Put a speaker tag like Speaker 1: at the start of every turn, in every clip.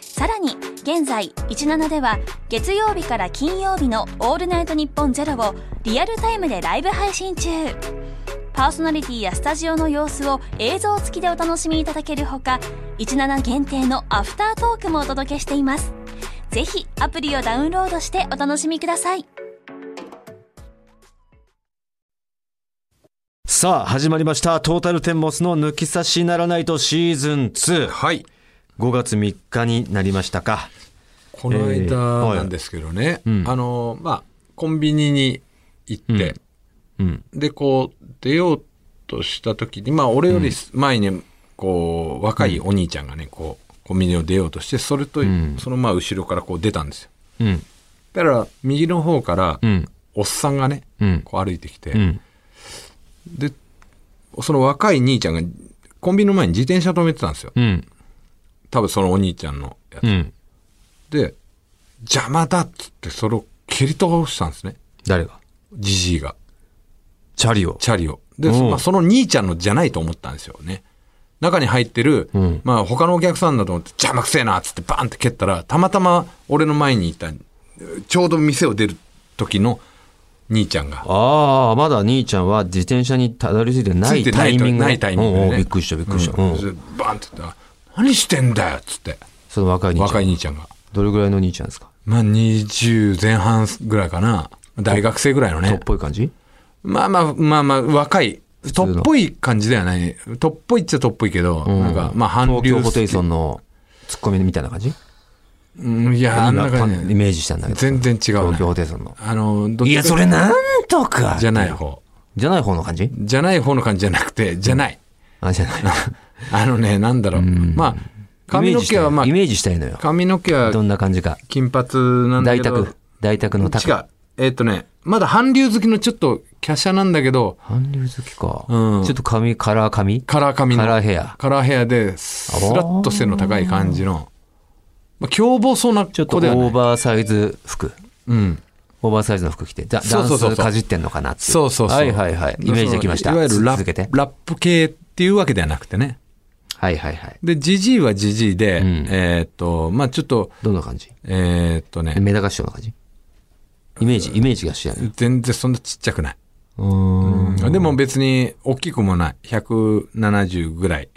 Speaker 1: さらに現在17では月曜日から金曜日の「オールナイトニッポンゼロをリアルタイムでライブ配信中パーソナリティやスタジオの様子を映像付きでお楽しみいただけるほか17限定のアフタートークもお届けしていますぜひアプリをダウンロードしてお楽しみください
Speaker 2: さあ始まりましたトータルテンボスの抜き差しならないとシーズン2、
Speaker 3: はい。
Speaker 2: 5月3日になりましたか
Speaker 3: この
Speaker 2: えー
Speaker 3: 間
Speaker 2: はい
Speaker 3: なんですけどね、
Speaker 2: うん
Speaker 3: あの、まあ、コンビニに行って、
Speaker 2: うん
Speaker 3: で、こう、出ようとした時に、まあ、俺より前にね、こう、若いお兄ちゃんがね、こう、コンビニを出ようとして、それと、
Speaker 2: ん
Speaker 3: そのまあ、後ろからこう出たんですよ。
Speaker 2: うん
Speaker 3: だから、右の方から、
Speaker 2: うん
Speaker 3: おっさんがね、
Speaker 2: うん
Speaker 3: こう歩いてきて、
Speaker 2: うん
Speaker 3: で、その若い兄ちゃんが、コンビニの前に自転車止めてたんですよ。
Speaker 2: うん
Speaker 3: 多分そのお兄ちゃんのやつ。
Speaker 2: うん
Speaker 3: で、邪魔だっつって、それを蹴り倒したんですね。
Speaker 2: 誰が
Speaker 3: じじいが、
Speaker 2: チャリを
Speaker 3: チャリを。で、
Speaker 2: うん
Speaker 3: まあ、その兄ちゃんのじゃないと思ったんですよね。中に入ってる、
Speaker 2: ん
Speaker 3: まあ他のお客さんだと思って、邪魔くせえなっつってバーンって蹴ったら、たまたま俺の前にいた、ちょうど店を出る時の兄ちゃんが、
Speaker 2: ああまだ兄ちゃんは自転車にたどり着いてな
Speaker 3: つい
Speaker 2: い
Speaker 3: て
Speaker 2: タ
Speaker 3: ない
Speaker 2: イ
Speaker 3: と
Speaker 2: ミングね
Speaker 3: ないタイミング
Speaker 2: おう
Speaker 3: で、
Speaker 2: おう
Speaker 3: ね。
Speaker 2: びっくりしたびっくりした、
Speaker 3: う
Speaker 2: うんん
Speaker 3: それでバーンって言ったら、何してんだよっつって、
Speaker 2: その若い兄ちゃ
Speaker 3: 若
Speaker 2: ん
Speaker 3: い兄ちゃんが。
Speaker 2: どれぐらいの兄ちゃんですか
Speaker 3: まあ20前半ぐらいかな。大学生ぐらいのね。
Speaker 2: とっぽい感じ
Speaker 3: まあまあまあまあ、若い。
Speaker 2: 通の
Speaker 3: とっぽい感じではない。とっぽいっちゃとっぽいけど、なんか、まあ、韓
Speaker 2: 東
Speaker 3: 流
Speaker 2: 京
Speaker 3: 好き。
Speaker 2: ホテイソンのツッコミみたいな感じ
Speaker 3: うん、いや、あん
Speaker 2: 今
Speaker 3: な
Speaker 2: パ
Speaker 3: 感
Speaker 2: ン
Speaker 3: じ
Speaker 2: イ。メージしたんだけど
Speaker 3: 全然違う
Speaker 2: 東京
Speaker 3: な。
Speaker 2: ホテイソンの
Speaker 3: あの、どっちか
Speaker 2: いやそれなんとか
Speaker 3: じゃない方。
Speaker 2: じゃない方の感じ
Speaker 3: じゃない方の感じじゃなくて、じゃない。
Speaker 2: あじゃない
Speaker 3: あのね、なんだろう。まあ、髪の毛はまあ
Speaker 2: イ、メージしたいのよ
Speaker 3: 髪の毛は
Speaker 2: どんな感じか
Speaker 3: 金髪なんだ
Speaker 2: 大
Speaker 3: けど。
Speaker 2: 宅大宅の宅
Speaker 3: 違う。えっとね、まだ韓流好きのちょっと華奢なんだけど、
Speaker 2: 韓流好きか、
Speaker 3: うん
Speaker 2: ちょっと髪カラー髪
Speaker 3: カラー髪の。
Speaker 2: カラーヘア
Speaker 3: カラーヘアで、スラッと背の高い感じの、まあ、凶暴そうな
Speaker 2: ちょっと
Speaker 3: 子
Speaker 2: オ
Speaker 3: ではな
Speaker 2: ー
Speaker 3: い。
Speaker 2: バーサイズ服
Speaker 3: うん。
Speaker 2: オーバーサイズの服着てダ
Speaker 3: そうそうそうそう
Speaker 2: ダンスかじってんのかなってい
Speaker 3: そうそうそう。
Speaker 2: はいはいはいイメージできました
Speaker 3: いわゆるラ
Speaker 2: 続けて
Speaker 3: ッラップ系っていうわけではなくてね。
Speaker 2: はいはいはい
Speaker 3: で、ジジイはジジイで、
Speaker 2: ん
Speaker 3: えーっと、まあちょっと、
Speaker 2: どんな感じ
Speaker 3: えーっとね、
Speaker 2: メダカ師匠の感じイメージイメージがしたいな
Speaker 3: 全然そんなちっちゃくない。
Speaker 2: うーん
Speaker 3: でも別に大きくもない。170ぐらい。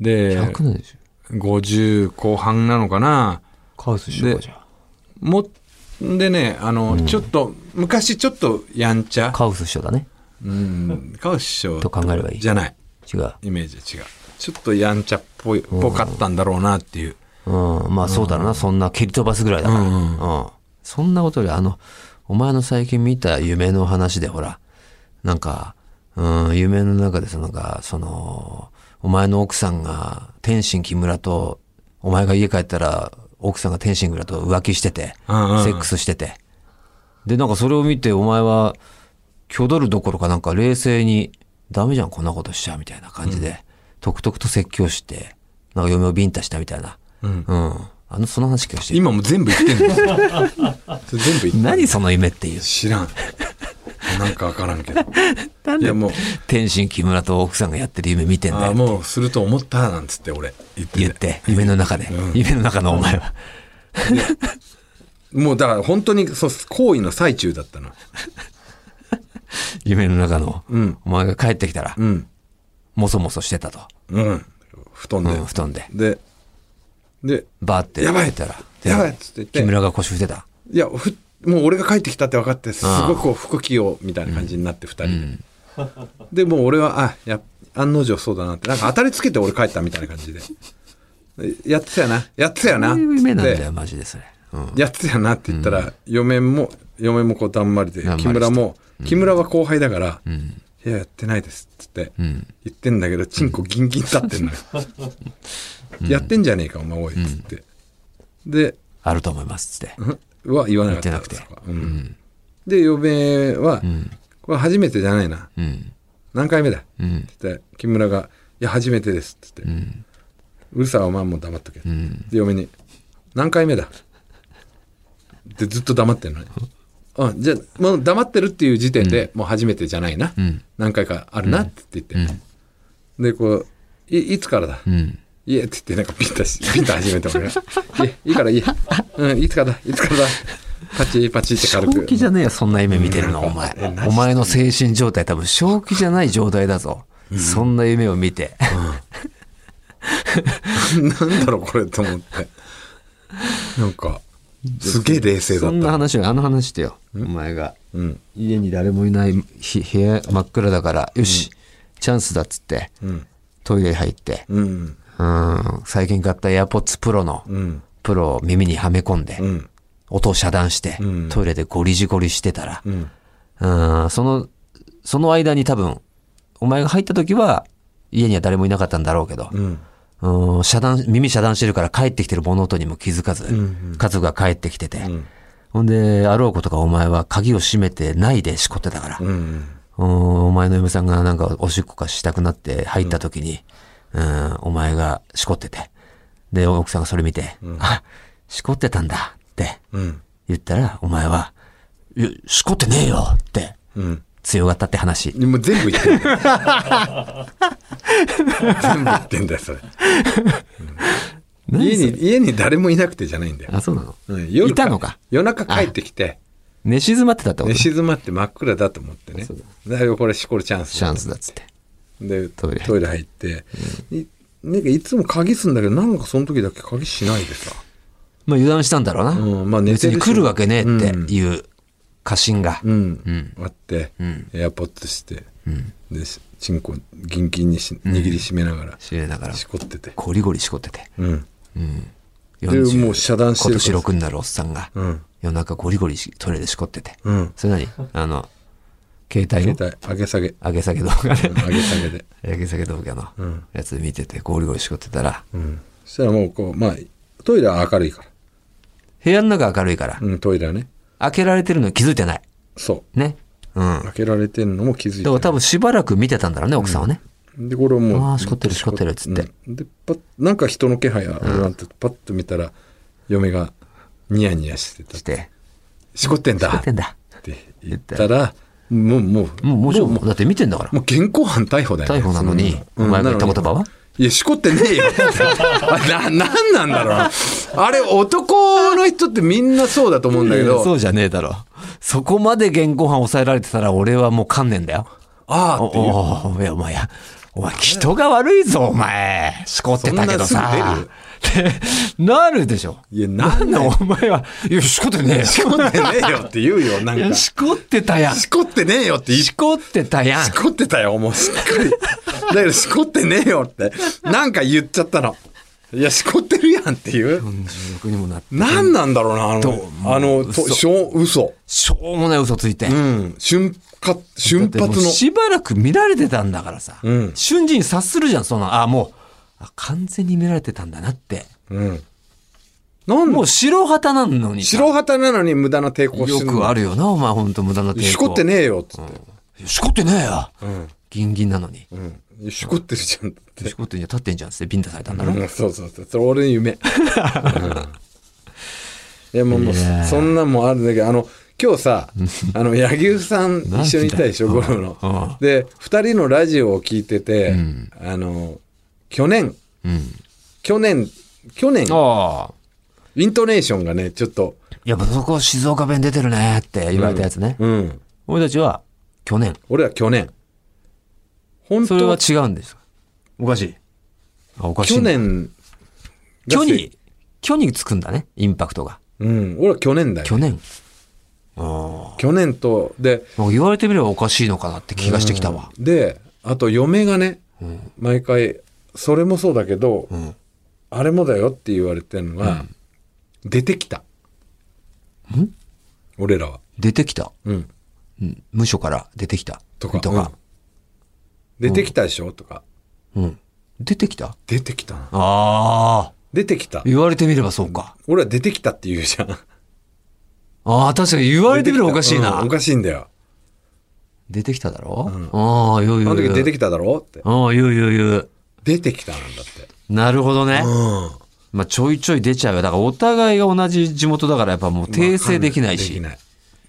Speaker 3: で、
Speaker 2: 100年でしょ
Speaker 3: 50後半なのかな。
Speaker 2: カウス師匠かじゃあ
Speaker 3: も、でね、あの、ちょっと、昔ちょっとやんちゃ。
Speaker 2: カウス師匠だね
Speaker 3: うん、カウ師匠
Speaker 2: と考えればいい
Speaker 3: じゃない。
Speaker 2: 違う
Speaker 3: イメージ違う。ちょっとやんちゃっぽい、ぽかったんだろうなっていう。
Speaker 2: うん、まあそうだろうな、そんな蹴り飛ばすぐらいだから。
Speaker 3: う
Speaker 2: うんん、
Speaker 3: う
Speaker 2: そんなことより、あの、お前の最近見た夢の話で、ほら、なんか、うん、夢の中でその、なんか、その、お前の奥さんが、天心木村と、お前が家帰ったら、奥さんが天心木村と浮気してて、
Speaker 3: うんうんうん
Speaker 2: セックスしてて。で、なんかそれを見て、お前は、挙取るどころかなんか冷静に、ダメじゃん、こんなことしちゃう、みたいな感じで、とくとくと説教して、なんか嫁をビンタしたみたいな。うん。あの、その話聞かせて。
Speaker 3: 今もう全部言ってんのそれ全部言ってんの
Speaker 2: 何その夢っていう。
Speaker 3: 知らん。なんかわからんけど。いやもう、
Speaker 2: 天心木村と奥さんがやってる夢見てん
Speaker 3: あ
Speaker 2: だ
Speaker 3: あ、
Speaker 2: よ。
Speaker 3: もうすると思ったなんつって俺言ってて
Speaker 2: 言って、夢の中で。夢の中のお前は。
Speaker 3: もうだから本当にそう行為の最中だったの。
Speaker 2: 夢の中の、
Speaker 3: ん
Speaker 2: お前が帰ってきたら、
Speaker 3: うん。
Speaker 2: もそもそしてたと。
Speaker 3: うん。布団で。
Speaker 2: うん、布団で。
Speaker 3: で、で、
Speaker 2: バーって
Speaker 3: やばい
Speaker 2: ってたら、
Speaker 3: やばいっつって言って
Speaker 2: 木村が腰振ってた。
Speaker 3: いや、ふもう俺が帰ってきたって分かって、すごくこう服着ようみたいな感じになって、二人で。で、もう俺は、あ、や、案の定そうだなって、なんか当たりつけて俺帰ったみたいな感じで。やってたよな、やってたよな。
Speaker 2: そういう夢なん
Speaker 3: つっ
Speaker 2: だ
Speaker 3: て
Speaker 2: よ、マジでそれ。うん。
Speaker 3: やってたよなって言ったら、嫁も、嫁もこうだんまりで
Speaker 2: だんま、りし
Speaker 3: 木
Speaker 2: て
Speaker 3: 村も、木村は後輩だから、いや、やってないですっつって、言ってんだけど、チンコギンギン立ってんのよ。やってんじゃねえか、お前、おい、っつって。で、
Speaker 2: あると思います、つって。
Speaker 3: は言わなかった
Speaker 2: 言ってなくて
Speaker 3: そこはうんで嫁は、これ初めてじゃないな
Speaker 2: うん。
Speaker 3: 何回目だ」
Speaker 2: うん。
Speaker 3: って言って木村が「いや初めてです」って言って
Speaker 2: ん
Speaker 3: 「うるさいお前もう黙っとけ」
Speaker 2: うん。
Speaker 3: で嫁に「何回目だ?」ってずっと黙ってるのね。あじゃあもう黙ってるっていう時点で、もう初めてじゃないな、
Speaker 2: ん
Speaker 3: 何回かあるなって言って、でこうい「いつからだ?」
Speaker 2: うん。
Speaker 3: いえって言ってなんかピンタし、ピンタ始めて俺が。いえ、いいからいい。うん、いつからだ、いつからだ。パチパチって軽
Speaker 2: 正
Speaker 3: く。
Speaker 2: 気じゃねえよ、そんな夢見てるの、お前。お前の精神状態多分正気じゃない状態だぞ。そんな夢を見て。
Speaker 3: なんだろうこれと思って。なんか、すげえ冷静 だ
Speaker 2: そ
Speaker 3: っ
Speaker 2: ん
Speaker 3: た。
Speaker 2: な話よ、あの話ってよ、お前が。
Speaker 3: うん。
Speaker 2: 家に誰もいないひ部屋真っ暗だから、よし、チャンスだっつって、
Speaker 3: うん。
Speaker 2: トイレ入って、
Speaker 3: うん。
Speaker 2: うん、最近買った AirPods Pro の、
Speaker 3: うん。
Speaker 2: プロを耳にはめ込んで、
Speaker 3: うん。
Speaker 2: 音を遮断して、
Speaker 3: うん
Speaker 2: トイレでゴリジゴリしてたら
Speaker 3: う、ん。
Speaker 2: うん、その、その間に多分、お前が入った時は、家には誰もいなかったんだろうけど、
Speaker 3: うん。
Speaker 2: うん、遮断、耳遮断してるから帰ってきてる物音にも気づかず、
Speaker 3: ん
Speaker 2: 家族が帰ってきてて、
Speaker 3: ん
Speaker 2: ほんで、あろうことかお前は鍵を閉めてないでしこってたから、
Speaker 3: うん。
Speaker 2: うんお前の嫁さんがなんかおしっこかしたくなって入った時に、うん、お前がしこってて、で、奥さんがそれ見て、あ、しこってたんだって
Speaker 3: うん。
Speaker 2: 言ったら、お前は、いやしこってねえよって
Speaker 3: うん。
Speaker 2: 強がったって話。
Speaker 3: もう全部言ってんだよ。全部言ってんだよ、それ。家
Speaker 2: 何それ
Speaker 3: に、家に誰もいなくてじゃないんだよ。
Speaker 2: あ、そうなの、
Speaker 3: うん夜
Speaker 2: いたのか。
Speaker 3: 夜中帰ってきて、
Speaker 2: 寝静まってたってこと
Speaker 3: 寝
Speaker 2: だ
Speaker 3: 静まって真っ暗だと思ってね。だからこれしこるチャンス
Speaker 2: チャンスだっつって。
Speaker 3: で
Speaker 2: トイ
Speaker 3: ト
Speaker 2: レ
Speaker 3: イレ入って、いなんかいつも鍵すんだけどなんかその時だけ鍵しないでさ、
Speaker 2: まあ油断したんだろうな。
Speaker 3: うんまあ寝
Speaker 2: 別
Speaker 3: てる
Speaker 2: に
Speaker 3: し
Speaker 2: 来るわけねえっていう過信が。
Speaker 3: うん
Speaker 2: ん
Speaker 3: あって、
Speaker 2: ん
Speaker 3: エアポッドして、でしチンコギンギンにし握りしめながら、
Speaker 2: 知れながら、
Speaker 3: しこってて、
Speaker 2: ゴリゴリしこってて。
Speaker 3: うん、で
Speaker 2: 40
Speaker 3: もう遮断して
Speaker 2: 今
Speaker 3: る
Speaker 2: 年
Speaker 3: から
Speaker 2: 6になるおっさんが、
Speaker 3: うん
Speaker 2: 夜中ゴリゴリしトイレでしこってて。
Speaker 3: うん
Speaker 2: それ何あの、携帯の
Speaker 3: 携帯上げ下げ
Speaker 2: 上げ下げ動画
Speaker 3: う
Speaker 2: で
Speaker 3: ん。上げ下げで、
Speaker 2: 上げ下げ動画のやつ見てて、ゴリゴリしこってたら、
Speaker 3: うん、そしたらもうこうまあトイレは明るいから、
Speaker 2: 部屋の中明るいから、
Speaker 3: うん、トイレはね
Speaker 2: 開けられてるのに気づいてない。
Speaker 3: そ
Speaker 2: ね。うん。
Speaker 3: う開けられてんのも気づい
Speaker 2: だから
Speaker 3: て
Speaker 2: 多分しばらく見てたんだろうね、奥さんはね。
Speaker 3: でこれをもう
Speaker 2: あーしこってるしこってるっつって
Speaker 3: うんでパッなんか人の気配が俺なんてパッと見たら嫁がニヤニヤしてた
Speaker 2: して、
Speaker 3: しこってん
Speaker 2: や
Speaker 3: だ
Speaker 2: ってんだ。
Speaker 3: って言ったらもうもう
Speaker 2: もうもちろん、
Speaker 3: もう
Speaker 2: だって見てんだから。
Speaker 3: もう現行犯逮捕だよ、ね、
Speaker 2: 逮捕なのに
Speaker 3: そん
Speaker 2: お前が言った言葉は
Speaker 3: なのにいやしこってねえよ あななんなんだろうなあれ男の人ってみんなそうだと思うんだけ
Speaker 2: いやそ
Speaker 3: ど
Speaker 2: うじゃねえだろ。そこまで現行犯抑えられてたら俺はもう観念だよ。
Speaker 3: あ
Speaker 2: お
Speaker 3: あっていう
Speaker 2: おおいやお前や。お前、人が悪いぞ、お前。しこってたけど
Speaker 3: そんな
Speaker 2: さ。って、なるでしょ。
Speaker 3: いやなん
Speaker 2: な
Speaker 3: だ
Speaker 2: ん
Speaker 3: よ
Speaker 2: だお前は、いや、しこってね
Speaker 3: しこってねえよって言うよな
Speaker 2: えよ。い
Speaker 3: ん
Speaker 2: や、
Speaker 3: か
Speaker 2: し
Speaker 3: し
Speaker 2: こってたやん。し
Speaker 3: こってねえよって言い
Speaker 2: こってたやん。
Speaker 3: しこってたよ、もうしっかり。だけどしこってねえよって、なんか言っちゃったの。いや、しこってるやんっていう。
Speaker 2: 46にもなって。
Speaker 3: 何なんだろうな、あの、あの、
Speaker 2: 嘘
Speaker 3: としょ嘘。
Speaker 2: しょうもない嘘ついて。
Speaker 3: うん。瞬発、瞬
Speaker 2: でも
Speaker 3: 発の。
Speaker 2: しばらく見られてたんだからさ。
Speaker 3: うん
Speaker 2: 瞬時に察するじゃん、その、あ、もう、あ完全に見られてたんだなって。
Speaker 3: うん。なん
Speaker 2: も
Speaker 3: で
Speaker 2: う白旗なのにさ。
Speaker 3: 白旗なのに無駄な抵
Speaker 2: よ
Speaker 3: 抗して
Speaker 2: くあるよな、お前、ほんと無駄な抵抗。
Speaker 3: しこってねえよっつっ
Speaker 2: いや。しこってねえよ。
Speaker 3: ん
Speaker 2: ギンギンなのに。
Speaker 3: て。うん。しこってるじゃんって。
Speaker 2: しこってんじゃ立ってんじゃんっつってビンタされたんだろ。
Speaker 3: うん、そうそうそう。それ俺の 夢。うんいや、もう、もう
Speaker 2: いやー
Speaker 3: そんなんもあるんだけど、あの、今日 さ、あの、柳生さん一緒にいたでしょ、
Speaker 2: なん
Speaker 3: ゴ
Speaker 2: だ
Speaker 3: ルフの
Speaker 2: うんうん。
Speaker 3: で、二人のラジオを聞いてて、あの、去年、
Speaker 2: うん。
Speaker 3: 去年、去年、
Speaker 2: ああ。
Speaker 3: イントネーションがね、ちょっと、
Speaker 2: やっぱそこ静岡弁出てるねって言われたやつね。
Speaker 3: うん。
Speaker 2: 俺たちは、去年。
Speaker 3: 俺は去年。本
Speaker 2: それ
Speaker 3: 当
Speaker 2: は
Speaker 3: は
Speaker 2: 違うんです。おかしい。あ、おかしい。
Speaker 3: 去。年、
Speaker 2: 去
Speaker 3: だって
Speaker 2: に、去につくんだね、インパクトが。
Speaker 3: うん、俺は去年だよ。
Speaker 2: 去年。
Speaker 3: 去年と、で、
Speaker 2: なんか言われてみればおかしいのかなって気がしてきたわ。
Speaker 3: であと嫁がね、毎回それもそうだけど、あれもだよって言われてるのが、出てきた、俺らは、
Speaker 2: 出てきた。
Speaker 3: うん、
Speaker 2: うん無所から出てきた。
Speaker 3: とか
Speaker 2: とか。
Speaker 3: 出てきたでしょとか
Speaker 2: うん。出てきた
Speaker 3: 出てきたな
Speaker 2: ああ。
Speaker 3: 出てきた
Speaker 2: 言われてみればそうか。
Speaker 3: 俺は出てきたって言うじゃん
Speaker 2: ああ、確かに言われてみればおかしいな。
Speaker 3: うんおかしいんだよ。
Speaker 2: 出てきただろ、ああ、よ
Speaker 3: あ
Speaker 2: いよ
Speaker 3: の
Speaker 2: い
Speaker 3: 時
Speaker 2: よ。
Speaker 3: 出てきただろうって。
Speaker 2: ああ、言う言う言う。
Speaker 3: 出てきたなんだって。
Speaker 2: なるほどね。
Speaker 3: うん。
Speaker 2: まあ、ちょいちょい出ちゃうよ。だから、お互いが同じ地元だから、やっぱもう訂正できない
Speaker 3: でき
Speaker 2: し。
Speaker 3: ない。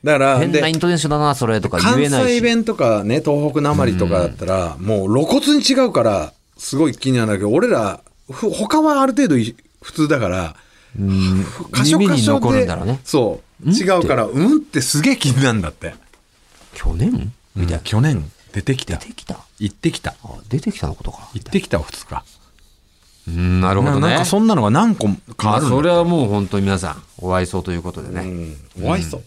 Speaker 3: だから、
Speaker 2: 変なイ
Speaker 3: で
Speaker 2: ントネーションだな、それとか
Speaker 3: 関
Speaker 2: 言えない
Speaker 3: 西
Speaker 2: し。
Speaker 3: 弁とかね、東北なまりとかだったら、もう露骨に違うから、すごい気にはなるけど、俺ら、ふ他はある程度い普通だから、
Speaker 2: うん
Speaker 3: 箇所
Speaker 2: 耳
Speaker 3: 箇
Speaker 2: に
Speaker 3: 所
Speaker 2: 残るん
Speaker 3: で
Speaker 2: だろうね。
Speaker 3: そう、違うから、うんってすげえ気になるんだって。
Speaker 2: 去年みたいな。
Speaker 3: 去年、出てきた
Speaker 2: 出。てきたあ
Speaker 3: 行ってきた。
Speaker 2: 出てきたのことか。
Speaker 3: 行ってきたは普通か。
Speaker 2: うん、なるほどね。
Speaker 3: なんかそんなのが何個かある
Speaker 2: まあそ
Speaker 3: の
Speaker 2: れはもう本当に皆さん、ご愛想ということでね。
Speaker 3: ご愛想。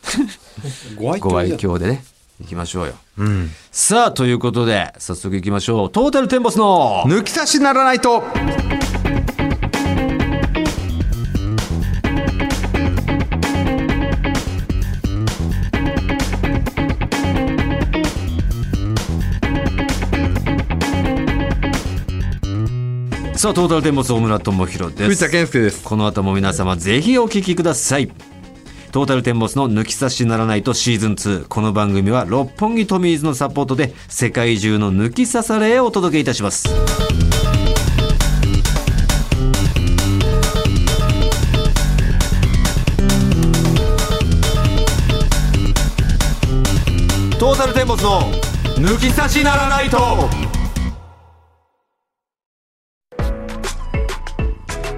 Speaker 3: ご愛
Speaker 2: ご愛
Speaker 3: 嬌。
Speaker 2: 嬌でね、行きましょうよ。
Speaker 3: うん。
Speaker 2: さあ、ということで、早速行きましょう。トータルテンボスの
Speaker 3: 抜き差しならないと。
Speaker 2: さあ、トータルテンボス大村智博で
Speaker 3: 藤田
Speaker 2: す。
Speaker 3: 健介です。
Speaker 2: この後も皆様ぜひお聞きください。トータルテンボスの抜き差しならないとシーズン2。この番組は六本木トミーズのサポートで世界中の抜き差されへお届けいたします。トータルテンボスの抜き差しならないと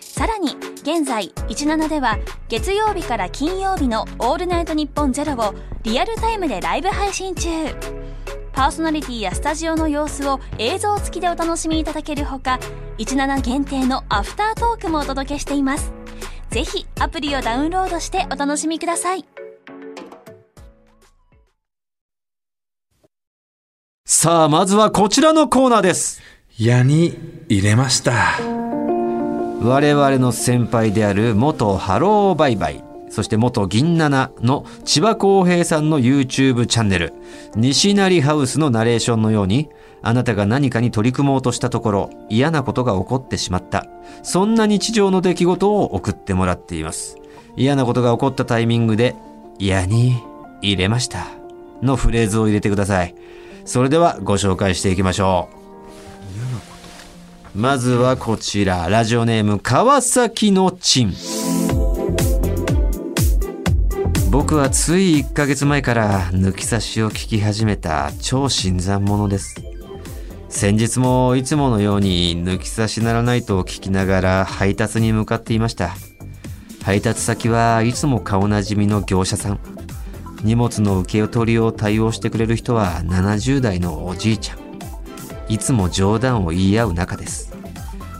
Speaker 1: さらに現在17では月曜日から金曜日の「オールナイトニッポンゼロをリアルタイムでライブ配信中パーソナリティやスタジオの様子を映像付きでお楽しみいただけるほか17限定のアフタートークもお届けしていますぜひアプリをダウンロードしてお楽しみください
Speaker 2: さあ、まずはこちらのコーナーです。
Speaker 3: 矢に入れました。
Speaker 2: 我々の先輩である元ハローバイバイそして元銀七の千葉公平さんの YouTube チャンネル西成ハウスのナレーションのようにあなたが何かに取り組もうとしたところ嫌なことが起こってしまったそんな日常の出来事を送ってもらっています嫌なことが起こったタイミングで嫌に入れましたのフレーズを入れてくださいそれではご紹介していきましょうまずはこちらラジオネーム川崎のチン僕はつい1ヶ月前から抜き差しを聞き始めた超新参者です先日もいつものように抜き差しならないと聞きながら配達に向かっていました配達先はいつも顔なじみの業者さん荷物の受け取りを対応してくれる人は70代のおじいちゃんいつも冗談を言い合う仲です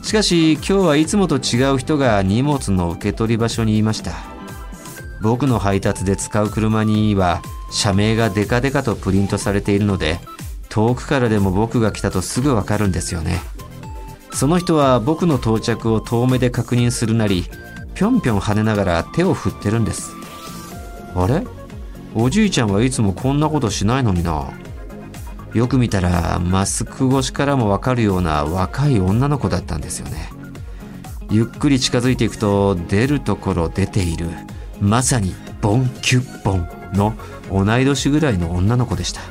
Speaker 2: しかし今日はいつもと違う人が荷物の受け取り場所にいました僕の配達で使う車には社名がデカデカとプリントされているので遠くからでも僕が来たとすぐわかるんですよねその人は僕の到着を遠目で確認するなりぴょんぴょん跳ねながら手を振ってるんですあれおじいちゃんはいつもこんなことしないのになよく見たらマスク越しからもわかるような若い女の子だったんですよねゆっくり近づいていくと出るところ出ているまさにボンキュッボンの同い年ぐらいの女の子でした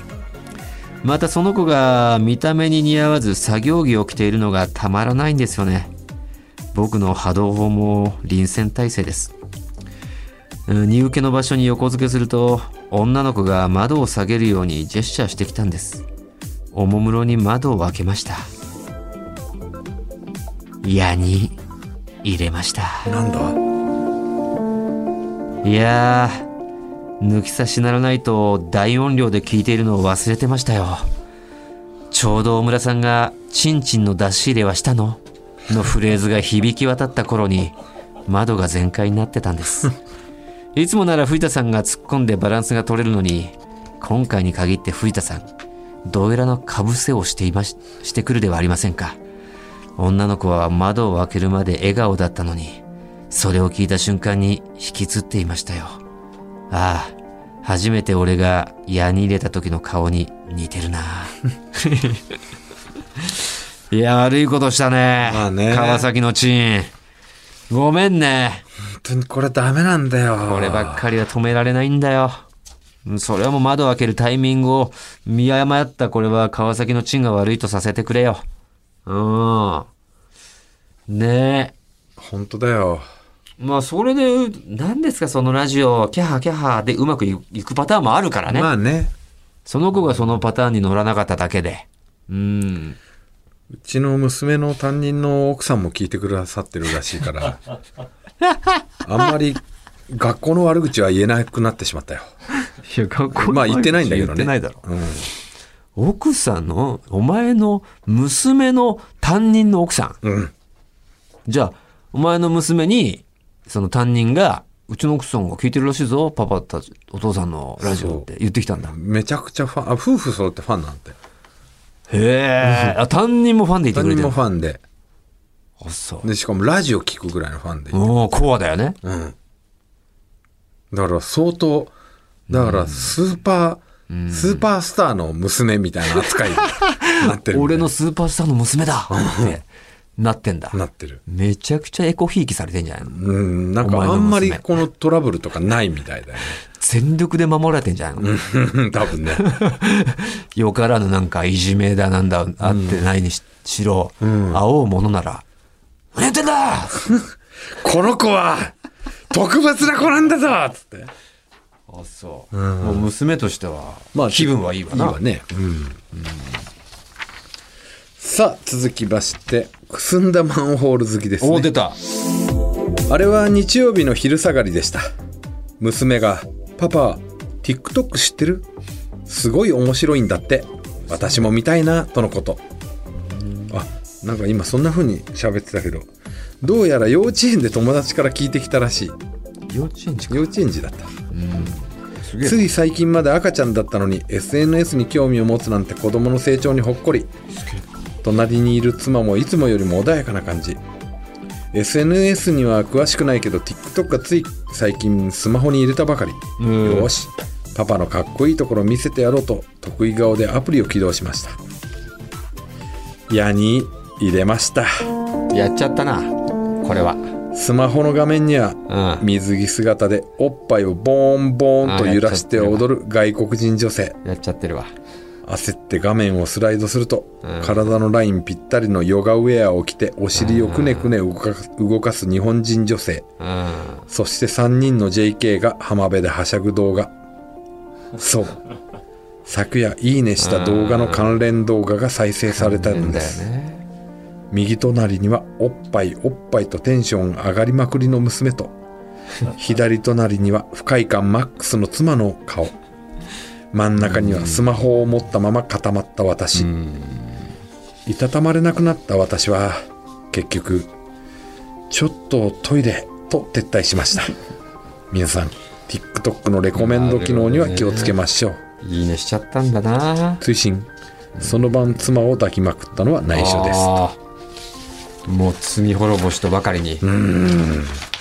Speaker 2: またその子が見た目に似合わず作業着を着ているのがたまらないんですよね僕の波動砲も臨戦態勢ですうん荷受けの場所に横付けすると女の子が窓を下げるようにジェスチャーしてきたんですおもむろに窓を開けました矢に入れました
Speaker 3: なんだ
Speaker 2: いやー抜き差しならないと大音量で聞いているのを忘れてましたよちょうど大村さんが「チンチンの出し入れはしたの?」のフレーズが響き渡った頃に窓が全開になってたんですいつもなら藤田さんが突っ込んでバランスが取れるのに今回に限って藤田さんどうやらのかぶせをしていまし、してくるではありませんか。女の子は窓を開けるまで笑顔だったのに、それを聞いた瞬間に引きつっていましたよ。ああ、初めて俺が矢に入れた時の顔に似てる な。いや、悪いことしたね。
Speaker 3: まあね
Speaker 2: 川崎のチーン。ごめんね。
Speaker 3: 本当にこれダメなんだよ。
Speaker 2: こればっかりは止められないんだよ。うんそれはもう窓を開けるタイミングを見誤ったこれは川崎のチンが悪いとさせてくれよ。うん。ねえ。
Speaker 3: 本当だよ。
Speaker 2: まあそれで、何ですかそのラジオ、キャハキャハでうまくいいくパターンもあるからね。
Speaker 3: まあね、
Speaker 2: その子がそのパターンに乗らなかっただけで。うん。
Speaker 3: うちの娘の担任の奥さんも聞いてくださってるらし いから、あんまり学校の悪口は言えなくなってし まったよ。
Speaker 2: いや、学校
Speaker 3: まあ言ってないんだけ
Speaker 2: 言
Speaker 3: どね。
Speaker 2: ってないだろ。
Speaker 3: うん
Speaker 2: 奥さんの、お前の娘の担任の奥さん。
Speaker 3: うん。
Speaker 2: じゃあ、お前の娘に、その担任が、うちの奥さんが聞いてるらしいぞ、パパたち、お父さんのラジオって言ってきたんだ。
Speaker 3: めちゃくちゃファン、あ、夫婦揃ってファンなんて。
Speaker 2: へえ。あ、担任もファンでいてく
Speaker 3: 担
Speaker 2: れ
Speaker 3: 任
Speaker 2: てる
Speaker 3: も。ファンで。
Speaker 2: あ、そう。
Speaker 3: で、しかもラジオ聞くぐらいのファンで。
Speaker 2: おーコアだよね。
Speaker 3: うん。だから相当、だからスーパー、スーパースターの娘みたいな扱いになって る。
Speaker 2: 俺のスーパースターの娘だってなってんだ。
Speaker 3: なってる。
Speaker 2: めちゃくちゃエコひいきされてんじゃないの
Speaker 3: うん、なんか
Speaker 2: お前の
Speaker 3: あ
Speaker 2: 娘
Speaker 3: んまりこのトラブルとかないみたいだよ
Speaker 2: 全力で守られてんじゃないの、
Speaker 3: ね。 多分ね。
Speaker 2: よからぬなんかいじめだなんだあってないにし,、ろ、会おうものなら、何やってんだ
Speaker 3: この子は特別な子なんだぞつって。
Speaker 2: あそう、もう娘としては、
Speaker 3: まあ
Speaker 2: 気分はいいわ
Speaker 3: いい
Speaker 2: な
Speaker 3: わね。うん。さあ、続きまして、くすんだマンホール好きです、
Speaker 2: おお出
Speaker 3: ね。
Speaker 2: た
Speaker 3: あれは日曜日の昼下がりでした。娘が、パパ、TikTok 知ってるすごい面白いんだって。私も見たいな、とのこと。あ、なんか今そんな風に喋ってたけど、どうやら幼稚園で友達から聞いてきたらしい。
Speaker 2: 幼稚園近く
Speaker 3: 幼稚園児だった。
Speaker 2: すげえ
Speaker 3: つい最近まで赤ちゃんだったのに SNS に興味を持つなんて子供の成長にほっこり隣にいる妻もいつもよりも穏やかな感じ SNS には詳しくないけど TikTok がつい最近スマホに入れたばかり
Speaker 2: うん
Speaker 3: よしパパのかっこいいところ見せてやろうと得意顔でアプリを起動しました矢に入れました
Speaker 2: やっちゃったなこれは
Speaker 3: スマホの画面には
Speaker 2: うん
Speaker 3: 水着姿でおっぱいをボーンボーンと揺らして踊る外国人女性
Speaker 2: やっちゃってるわ
Speaker 3: 焦って画面をスライドすると、
Speaker 2: うん
Speaker 3: 体のラインぴったりのヨガウェアを着てお尻をくねくね動かす動かす日本人女性
Speaker 2: うん
Speaker 3: そして3人の JK が浜辺ではしゃぐ動画そう昨夜いいねした動画の関連動画が再生されたんで
Speaker 2: だよ
Speaker 3: す
Speaker 2: ね
Speaker 3: 右隣にはおっぱいおっぱいとテンション上がりまくりの娘と左隣には不快感マックスの妻の顔真ん中にはスマホを持ったまま固まった私、いたたまれなくなった私は結局ちょっとトイレと撤退しました皆さん TikTok のレコメンド機能には気をつけましょう
Speaker 2: いいねしちゃったんだな
Speaker 3: 追伸その晩妻を抱きまくったのは内緒です
Speaker 2: あーもう罪滅ぼしとばかりに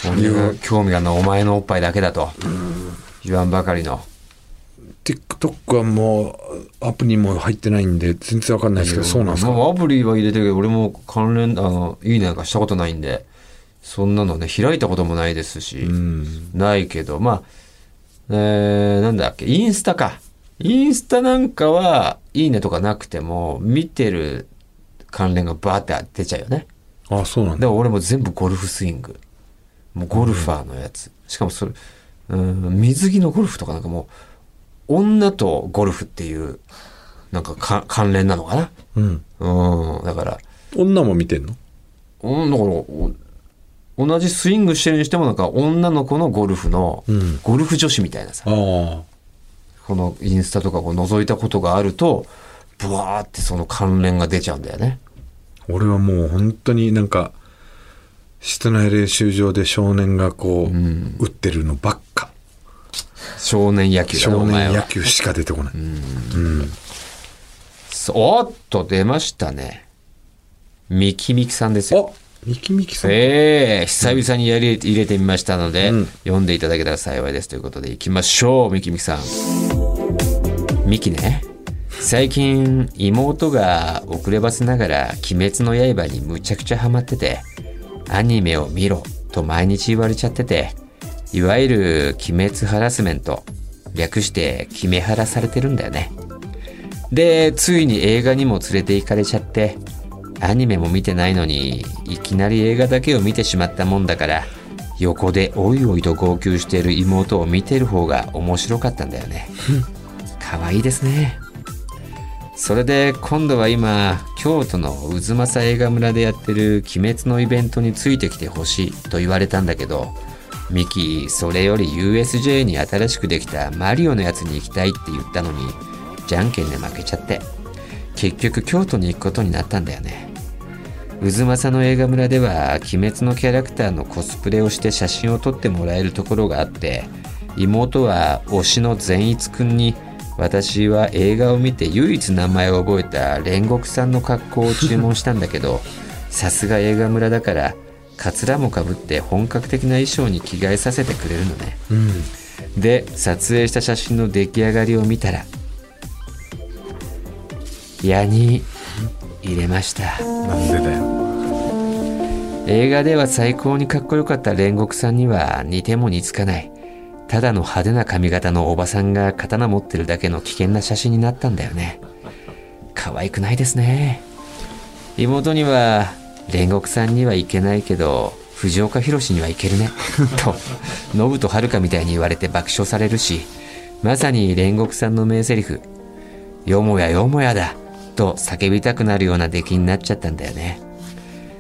Speaker 2: 俺が興味がないお前のおっぱいだけだと言わんばかりの
Speaker 3: TikTok はもうアプリも入ってないんで全然わかんないですけどそうなんですか
Speaker 2: まあアプリは入れてるけど俺も関連あのいいねなんかしたことないんでそんなのね開いたこともないですし、ないけどまあえー、なんだっけインスタかインスタなんかはいいねとかなくても見てる関連がバーって出ちゃうよね
Speaker 3: あそうなん
Speaker 2: で
Speaker 3: だ
Speaker 2: も俺も全部ゴルフスイング。もうゴルファーのやつ。しかもそれ、うん、水着のゴルフとかなんかもう、女とゴルフっていう、なんかか関連なのかな。
Speaker 3: うん
Speaker 2: うん、だから、
Speaker 3: 女も見てんの
Speaker 2: うん、だからお、同じスイングしてるにしてもなんか女の子のゴルフの、
Speaker 3: うん
Speaker 2: ゴルフ女子みたいなさ、
Speaker 3: あ
Speaker 2: このインスタとかこう覗いたことがあると、ブワーってその関連が出ちゃうんだよね。
Speaker 3: あ俺はもう本当になんか室内練習場で少年がこう、打ってるのばっか
Speaker 2: 少年野球だね
Speaker 3: 少
Speaker 2: お前
Speaker 3: 年野
Speaker 2: は。
Speaker 3: 球しか出てこない、
Speaker 2: そうおっと、出ましたね。ミキミキさんですよ。
Speaker 3: ミキミキさん。
Speaker 2: ええ久々にやり入れてみましたので、
Speaker 3: うん
Speaker 2: 読んでいただけたら幸いですということでいきましょうみきみきさんみきね最近妹が遅ればせながら「鬼滅の刃」にむちゃくちゃハマっててアニメを見ろと毎日言われちゃってていわゆる鬼滅ハラスメント略して「鬼ハラ」されてるんだよねでついに映画にも連れて行かれちゃってアニメも見てないのにいきなり映画だけを見てしまったもんだから横でおいおいと号泣している妹を見てる方が面白かったんだよね可愛いですねそれで今度は今京都の渦政映画村でやってる「鬼滅」のイベントについてきてほしいと言われたんだけどミキそれより USJ に新しくできたマリオのやつに行きたいって言ったのにじゃんけんで負けちゃって結局京都に行くことになったんだよね渦政の映画村では「鬼滅」のキャラクターのコスプレをして写真を撮ってもらえるところがあって妹は推しの善逸くんに私は映画を見て唯一名前を覚えた煉獄さんの格好を注文したんだけ どさすが映画村だからカツラもかぶって本格的な衣装に着替えさせてくれるのね
Speaker 3: うん。
Speaker 2: で撮影した写真の出来上がりを見たら矢に入れました
Speaker 3: なんでだよ。
Speaker 2: 映画では最高にかっこよかった煉獄さんには似ても似つかないただの派手な髪型のおばさんが刀持ってるだけの危険な写真になったんだよね可愛くないですね妹には煉獄さんにはいけないけど藤岡弘にはいけるねと信と遥みたいに言われて爆笑されるしまさに煉獄さんの名台詞よもやよもやだと叫びたくなるような出来になっちゃったんだよね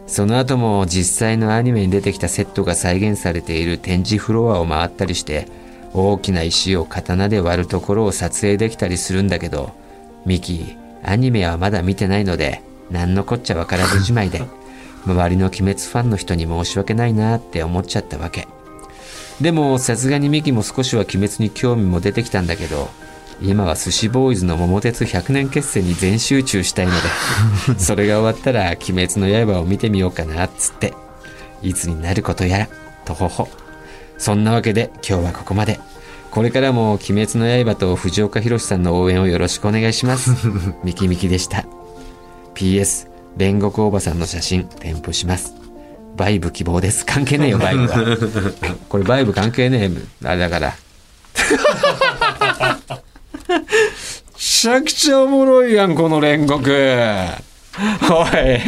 Speaker 2: その後も実際のアニメに出てきたセットが再現されている展示フロアを回ったりして大きな石を刀で割るところを撮影できたりするんだけどミキアニメはまだ見てないので何のこっちゃわからずじまいで 周りの鬼滅ファンの人に申し訳ないなって思っちゃったわけでもさすがにミキも少しは鬼滅に興味も出てきたんだけど今は寿司ボーイズの桃鉄100年決戦に全集中したいのでそれが終わったら「鬼滅の刃」を見てみようかなっつっていつになることやらとほほそんなわけで今日はここまでこれからも「鬼滅の刃」と藤岡弘さんの応援をよろしくお願いしますミキミキでした PS 煉獄おばさんの写真添付しますバイブ希望です関係ねえよバイブは これバイブ関係ねえあれだからめちゃくちゃおもろいやんこの煉獄おい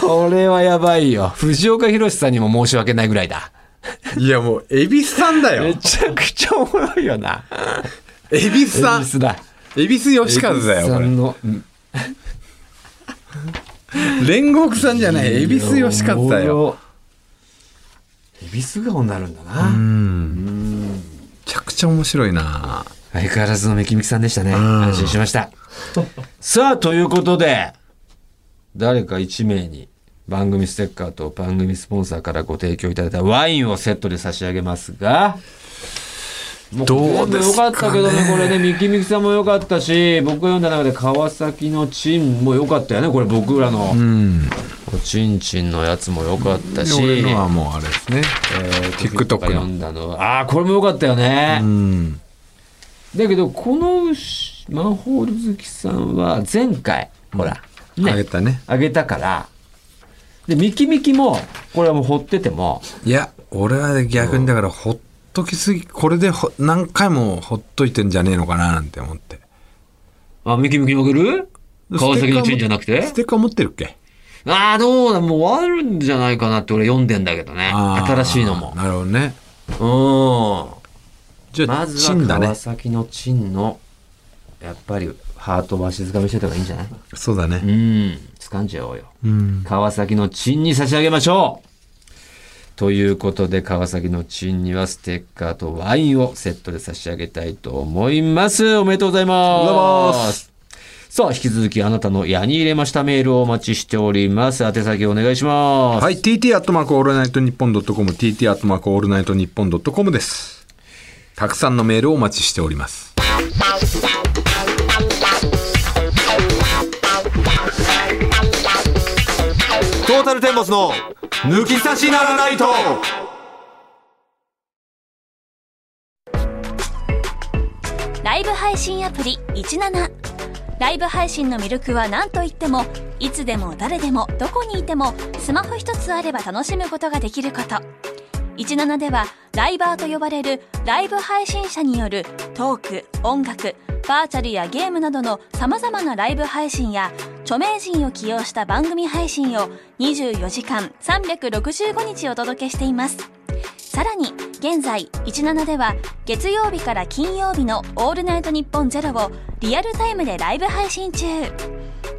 Speaker 2: これはやばいよ藤岡弘さんにも申し訳ないぐらいだ
Speaker 3: いやもう、エビスさんだ
Speaker 2: め
Speaker 3: よ。
Speaker 2: ちゃくちゃおもろいよな
Speaker 3: エビスさ
Speaker 2: 恵
Speaker 3: ん
Speaker 2: 比。寿だ
Speaker 3: エビス吉和だ
Speaker 2: 恵比寿
Speaker 3: よ、こ
Speaker 2: さ
Speaker 3: れ
Speaker 2: ん。のうん
Speaker 3: 煉獄さんじゃない、エビス吉和だよ。
Speaker 2: 恵比寿顔になるんだな、
Speaker 3: めちゃくちゃ面白いな
Speaker 2: 相変わらずのめきみきさんでしたね。
Speaker 3: ん
Speaker 2: 安心しました。さあ、ということで、誰か1名に番組ステッカーと番組スポンサーからご提供いただいたワインをセットで差し上げますが、もう
Speaker 3: どうです
Speaker 2: 全部良か
Speaker 3: かね
Speaker 2: ったけどね、これね、みきみきさんも良かったし、僕が読んだ中で川崎のチンも良かったよね、これ僕らの。
Speaker 3: うん。
Speaker 2: おちんちんのやつも良かった
Speaker 3: で
Speaker 2: し、
Speaker 3: 俺のはもうあれですね。
Speaker 2: えー
Speaker 3: TikTok の
Speaker 2: 読んだのは、ああー、これも良かったよね。
Speaker 3: うん。
Speaker 2: だけどこのマンホール好きさんは前回ほら
Speaker 3: あげ
Speaker 2: ね
Speaker 3: たね。
Speaker 2: あげたからでミキミキもこれはもう掘ってても
Speaker 3: いや、俺は逆にだから、ほっときすぎ、これでほ何回もほっといてんじゃねえのかななんて思って。
Speaker 2: あミキミキにあげる川崎のチンじゃなくて
Speaker 3: ステッカー持ってるっけ
Speaker 2: ああどうだもう終わるんじゃないかなって俺読んでんだけどね
Speaker 3: あー
Speaker 2: 新しいのも
Speaker 3: なるほどね。
Speaker 2: う
Speaker 3: じ
Speaker 2: ん
Speaker 3: ゃ
Speaker 2: ま
Speaker 3: あ、
Speaker 2: ず
Speaker 3: チ
Speaker 2: は
Speaker 3: ンだね
Speaker 2: 川。崎のチンのやっぱりハートをわしづかみしてた方がいいんじゃない
Speaker 3: そうだ
Speaker 2: う
Speaker 3: ね。
Speaker 2: ん掴んじゃおうよ
Speaker 3: うん。
Speaker 2: 川崎のチンに差し上げましょうということで川崎のチンにはステッカーとワインをセットで差し上げたいと思いますおめでとうございます
Speaker 3: おめでとうございます
Speaker 2: さあ引き続きあなたの矢に入れましたメールをお待ちしております宛先お願いします、
Speaker 3: はい、TT アットマークオールナイトニッポンドットコム、TT アットマークオールナイトニッポンドットコムです。たくさんのメールをお待ちしております。
Speaker 2: トータルテンボスの抜き差しならないと
Speaker 1: ライブ配信アプリ17ライブ配信の魅力は何といってもいつでも誰でもどこにいてもスマホ一つあれば楽しむことができること17ではライバーと呼ばれるライブ配信者によるトーク音楽バーチャルやゲームなどのさまざまなライブ配信や著名人を起用した番組配信を24時間365日お届けしていますさらに現在17では月曜日から金曜日の「オールナイトニッポンゼロをリアルタイムでライブ配信中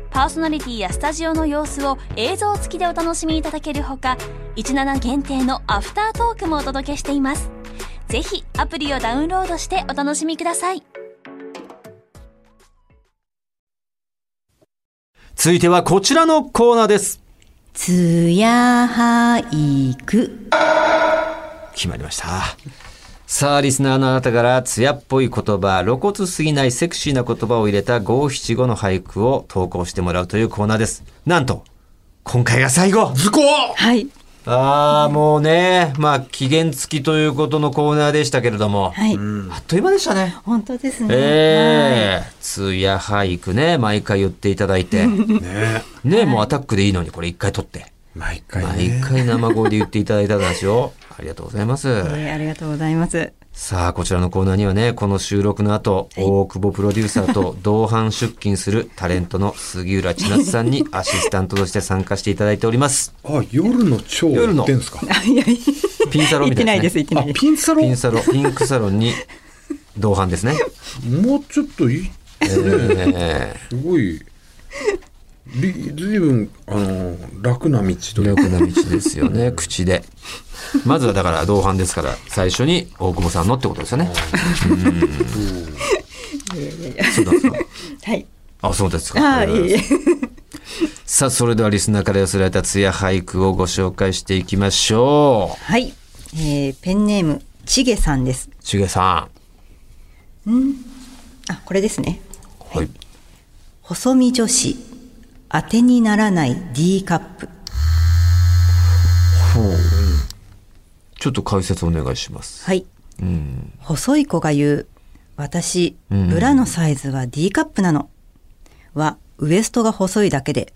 Speaker 1: パーソナリティやスタジオの様子を映像付きでお楽しみいただけるほか17限定のアフタートークもお届けしていますぜひアプリをダウンロードしてお楽しみください
Speaker 2: 続いてはこちらのコーナーです
Speaker 4: つや俳句。
Speaker 2: 決まりましたさあリスナーのあなたから艶っぽい言葉露骨すぎないセクシーな言葉を入れた五七五の俳句を投稿してもらうというコーナーですなんと今回が最後
Speaker 3: 図工
Speaker 4: はい。
Speaker 2: ああもうねまあ期限付きということのコーナーでしたけれども、
Speaker 4: はい。
Speaker 2: あっという間でしたね
Speaker 4: 本当ですね。
Speaker 2: ええ通夜俳句ね、毎回言っていただいて。 ねもうアタックでいいのに、これ一回取って。
Speaker 3: 毎回
Speaker 2: 毎
Speaker 3: ね
Speaker 2: 回生声で言っていただいたんですよ。ありがとうございます。
Speaker 4: はいえーありがとうございます。
Speaker 2: さあ、こちらのコーナーにはね、この収録の後、大久保プロデューサーと同伴出勤するタレントの杉浦千夏さん にアシスタントとして参加していただいております。
Speaker 3: あ夜の蝶
Speaker 2: 夜の
Speaker 3: やってんすか
Speaker 4: あいやいや
Speaker 2: ピンサロ
Speaker 4: 行
Speaker 2: み
Speaker 4: ったて
Speaker 2: い
Speaker 4: ないです、
Speaker 2: ね。
Speaker 4: 行ってな
Speaker 3: あ
Speaker 4: いです。
Speaker 3: ピンサロ
Speaker 2: ピンサロ、ピンクサロンに同伴ですね。
Speaker 3: もうちょっといい
Speaker 2: え
Speaker 3: すごいりずいぶんあの楽な道
Speaker 2: 努
Speaker 3: というか
Speaker 2: 力な道ですよね、口で。まずはだから同伴ですから、最初に大久保さんのってことですよね。うんそうだそうだ
Speaker 4: はい。
Speaker 2: あ、そうですか。
Speaker 4: ああ、いえいえ。
Speaker 2: さあ、それではリスナーから寄せられたツヤ俳句をご紹介していきましょ
Speaker 4: はい。えー、ペンネーム、ちげさんです。
Speaker 2: う。しげさ
Speaker 4: あ、これですね。
Speaker 2: ん。はい。
Speaker 4: 細身女子、当てにならない D カップ。
Speaker 2: ちょっと解説お願いします。
Speaker 4: はい。細い子が言う、私、ブラのサイズは D カップなの。は、ウエストが細いだけで、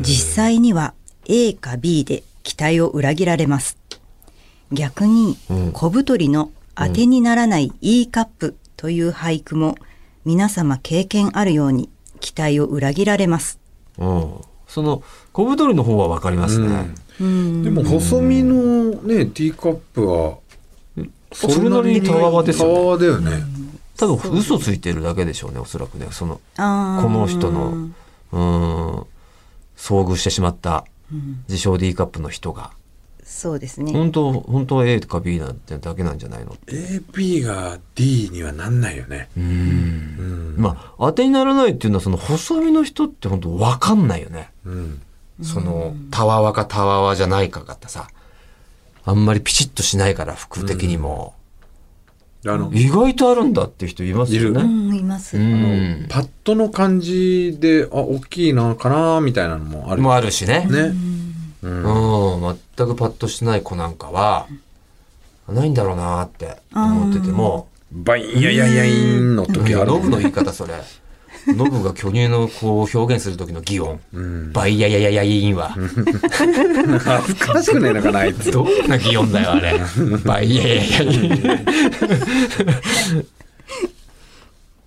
Speaker 4: 実際には A か B で期待を裏切られます。逆に、小太りの当てにならない E カップという俳句も、皆様経験あるように期待を裏切られます。
Speaker 2: うん。その、小太りの方はわかりますね。
Speaker 3: でも細身のねティーカップは
Speaker 2: それなりにたわわですよね
Speaker 3: たわわだよね
Speaker 2: 多分嘘ついてるだけでしょうね、おそらくね。その、
Speaker 4: あー
Speaker 2: この人の、うーん、遭遇してしまった、自称 D カップの人が、
Speaker 4: そうですね。
Speaker 2: 本当、本当は A か B なんてだけなんじゃないの
Speaker 3: AB が D にはなんないよね
Speaker 2: まあ、当てにならないっていうのは、その細身の人って本当わかんないよね。
Speaker 3: うん
Speaker 2: その、たわわかたわわじゃないかがってさ、あんまりピチッとしないから、服的にも。
Speaker 3: あの
Speaker 2: 意外とあるんだっていう人いますよ
Speaker 4: う
Speaker 2: ね。
Speaker 4: ん、います。
Speaker 2: うん。
Speaker 3: パッとの感じであ大きいなかなみたいなのもある
Speaker 2: もあるしね。
Speaker 3: ね
Speaker 2: うん、全くパッとしてない子なんかは、ないんだろうなーって思ってても、
Speaker 3: バインやいやいやいんの
Speaker 2: い
Speaker 3: 時あ
Speaker 2: や
Speaker 3: る
Speaker 2: ノ
Speaker 3: も
Speaker 2: ブ
Speaker 3: ん
Speaker 2: の言い
Speaker 3: ね
Speaker 2: 方それ。ノブが巨乳のこう表現する時の擬音。
Speaker 3: うん
Speaker 2: バイヤヤヤヤインは。
Speaker 3: 恥ずかしくないのかなあいつ
Speaker 2: どんな擬音だよ、あれ。バイヤヤヤヤイ